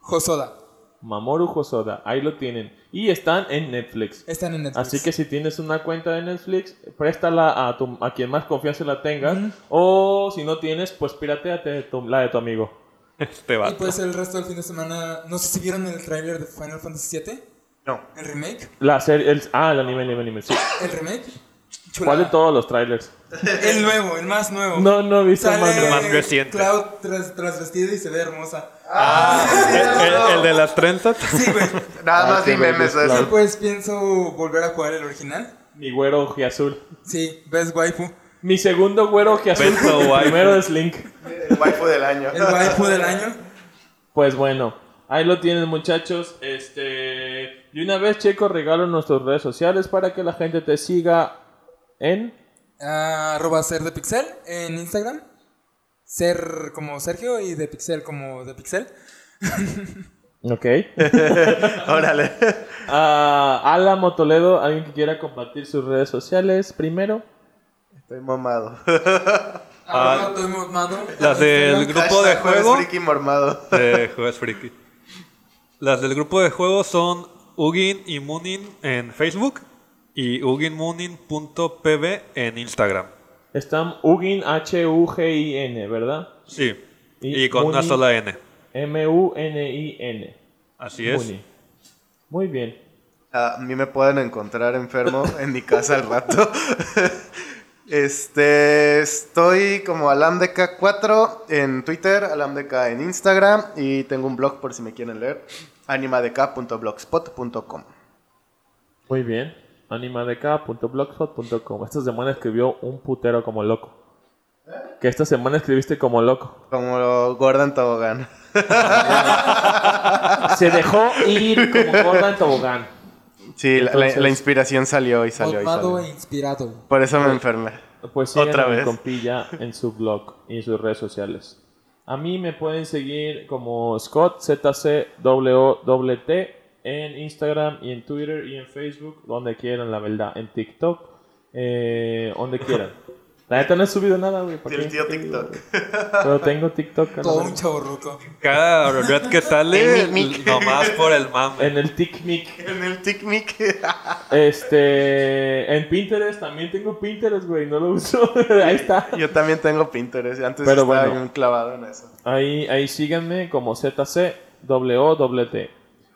Hosoda.
Mamoru Hosoda. Ahí lo tienen. Y están en Netflix.
Están en Netflix.
Así que si tienes una cuenta de Netflix, préstala a, tu- a quien más confianza la tengas. O si no tienes, pues pirateate de tu- la de tu amigo.
Este
Y
vato.
pues el resto del fin de semana. No sé si vieron el tráiler de Final Fantasy VII.
No.
El remake.
La serie, el- ah, el anime, el anime, el anime. Sí.
El remake.
¿Cuál de
Chulada.
todos los trailers?
El nuevo, el más nuevo.
No, no he visto
Sale
más.
más reciente.
Cloud tras, transvestida y se ve hermosa.
El, el- el de las trenzas.
Sí, güey.
Nada
Ah,
más
qué
vi memes de
vergüenza.
eso.
Pues pienso volver a jugar el original.
Mi güero ojiazul.
Sí, Best Waifu.
Mi segundo güero que azul.
Beto
porque el
Waifu.
primero es Link.
El waifu del año.
El waifu del año.
Pues bueno, ahí lo tienen muchachos. Este, y una vez Checo regalo nuestras redes sociales para que la gente te siga en
Ah, arroba ser de pixel en Instagram. Ser como Sergio y de pixel como de pixel.
Ok.
Órale.
Ah, Álamo Toledo, alguien que quiera compartir sus redes sociales primero.
Estoy mamado.
Arroba estoy mormado.
Las del grupo de
Hashtag jueves
juego.
friki mormado.
De jueves friki. Las del grupo de juego son Ugin y Munin en Facebook y uginmunin.pb en Instagram.
Están Ugin H U G I N, ¿verdad?
Sí.
Y
Y, con una
Munin.
sola N.
M U N I N.
Así es.
Muni. Muy bien.
A mí me pueden encontrar enfermo en mi casa al rato. Este, estoy como AlamDK4 en Twitter, AlamDK en Instagram y tengo un blog por si me quieren leer, animadk.blogspot.com.
Muy bien. animadk.blogspot.com. Esta semana escribió un putero como loco. Que esta semana escribiste como loco.
Como Gordon Tobogán.
Se dejó ir como gorda en tobogán.
Sí, la- la,
Entonces- Oh,
la inspiración salió y salió y
Mormado e
salió.
inspirado.
Por eso me enfermé.
Pues sigan
Otra
a mi
vez.
compilla en su blog y en sus redes sociales. A mí me pueden seguir como Scott ZCWT en Instagram y en Twitter y en Facebook, donde quieran, la verdad, en TikTok, eh, donde quieran. La neta no he subido nada, güey. ¿para
Tiene
qué?
tío TikTok.
Pero tengo TikTok. a la
Todo
verga.
un chaborruco.
Cada realidad que sale,
El mic, mic.
eh? nomás por el mame.
En el TikMik.
En el TikMik.
Este. En Pinterest también tengo Pinterest, güey. No lo uso. Ahí está.
Yo también tengo Pinterest. Antes
Pero
estaba
bueno.
bien clavado en eso.
Ahí, ahí síganme como ZCWOWT.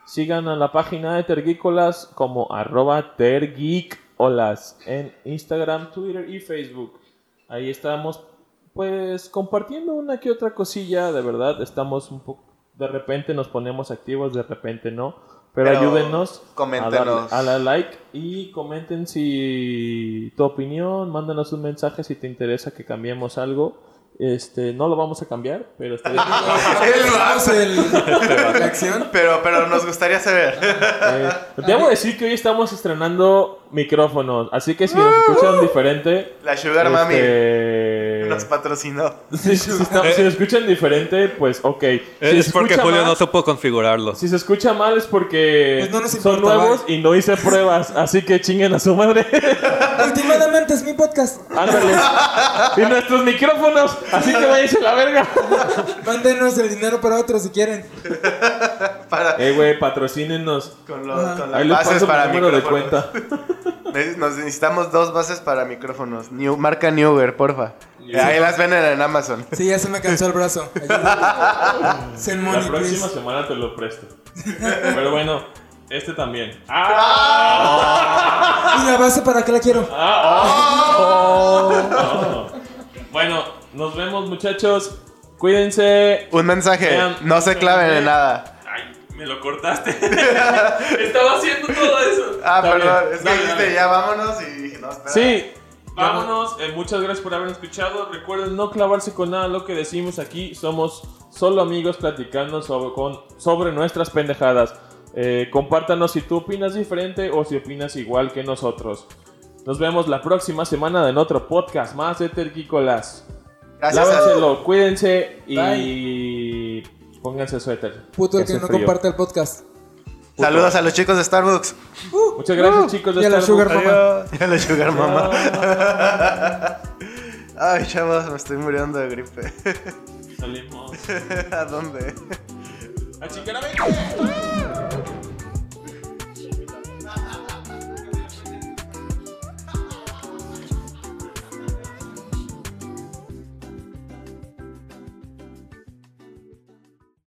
Sigan a la página de Tergícolas como arroba tergícolas en Instagram, Twitter y Facebook. Ahí estamos pues compartiendo una que otra cosilla, de verdad. Estamos un poco... De repente nos ponemos activos, de repente no. Pero,
Pero
ayúdenos a, darle
coméntenos.
a la like y comenten si tu opinión, mándanos un mensaje si te interesa que cambiemos algo. Este, no lo vamos a cambiar, pero estaría-
Empezamos el- la acción.
Pero, pero nos gustaría saber.
Eh, debo decir que hoy estamos estrenando micrófonos, así que si nos escuchan diferente,
La Sugar
este,
Mami nos patrocinó.
si, si estamos- si nos escuchan diferente, pues ok. Si se
Eh. es porque
escucha
Julio
mal-
no supo configurarlo.
Si se escucha mal es porque
Pues no nos
son
importa,
nuevos y no hice pruebas, así que chinguen a su madre.
Últimamente es mi podcast.
Ándales. y nuestros micrófonos, así que váyanse a la verga.
Mándenos el dinero para otros si quieren.
Para,
Eh, güey, patrocínenos.
con, lo-
Ajá.
con las
Ahí les
bases
paso mi
para
número de
micrófonos.
cuenta.
Neces- Nos necesitamos dos bases para micrófonos. New, marca Newer, porfa. Ahí las venden en Amazon.
Sí, ya se me cansó el brazo. Ayuda. Send
La
money,
próxima
please.
semana te lo presto. Pero bueno, este también. Ah,
¿Y la base para qué la quiero?
ah. Bueno, nos vemos muchachos. Cuídense.
Un mensaje.
Vean,
No se claven
vean.
en nada.
Ay, me lo cortaste. Estaba haciendo todo eso.
Ah,
Está
perdón.
bien.
Es que
Dale,
dijiste
dale.
ya vámonos y dije, no, espera.
Sí. Vámonos, eh, muchas gracias por haber escuchado. Recuerden no clavarse con nada lo que decimos aquí. Somos solo amigos platicando sobre, con- sobre nuestras pendejadas. Eh, compártanos si tú opinas diferente o si opinas igual que nosotros. Nos vemos la próxima semana en otro podcast más de Terquícolas.
Gracias a-
Lávenselo, cuídense y pónganse suéter.
Puto el
que
que
hace
no
frío.
comparte el podcast.
Saludos a los chicos de Starbucks.
Muchas gracias, chicos. de
Uh, Ah, y a la
Starbucks.
Sugar Mama.
Y a la Sugar Mama. Ay, chavos, me estoy muriendo de gripe.
Salimos.
¿A dónde?
¡A chicaramente!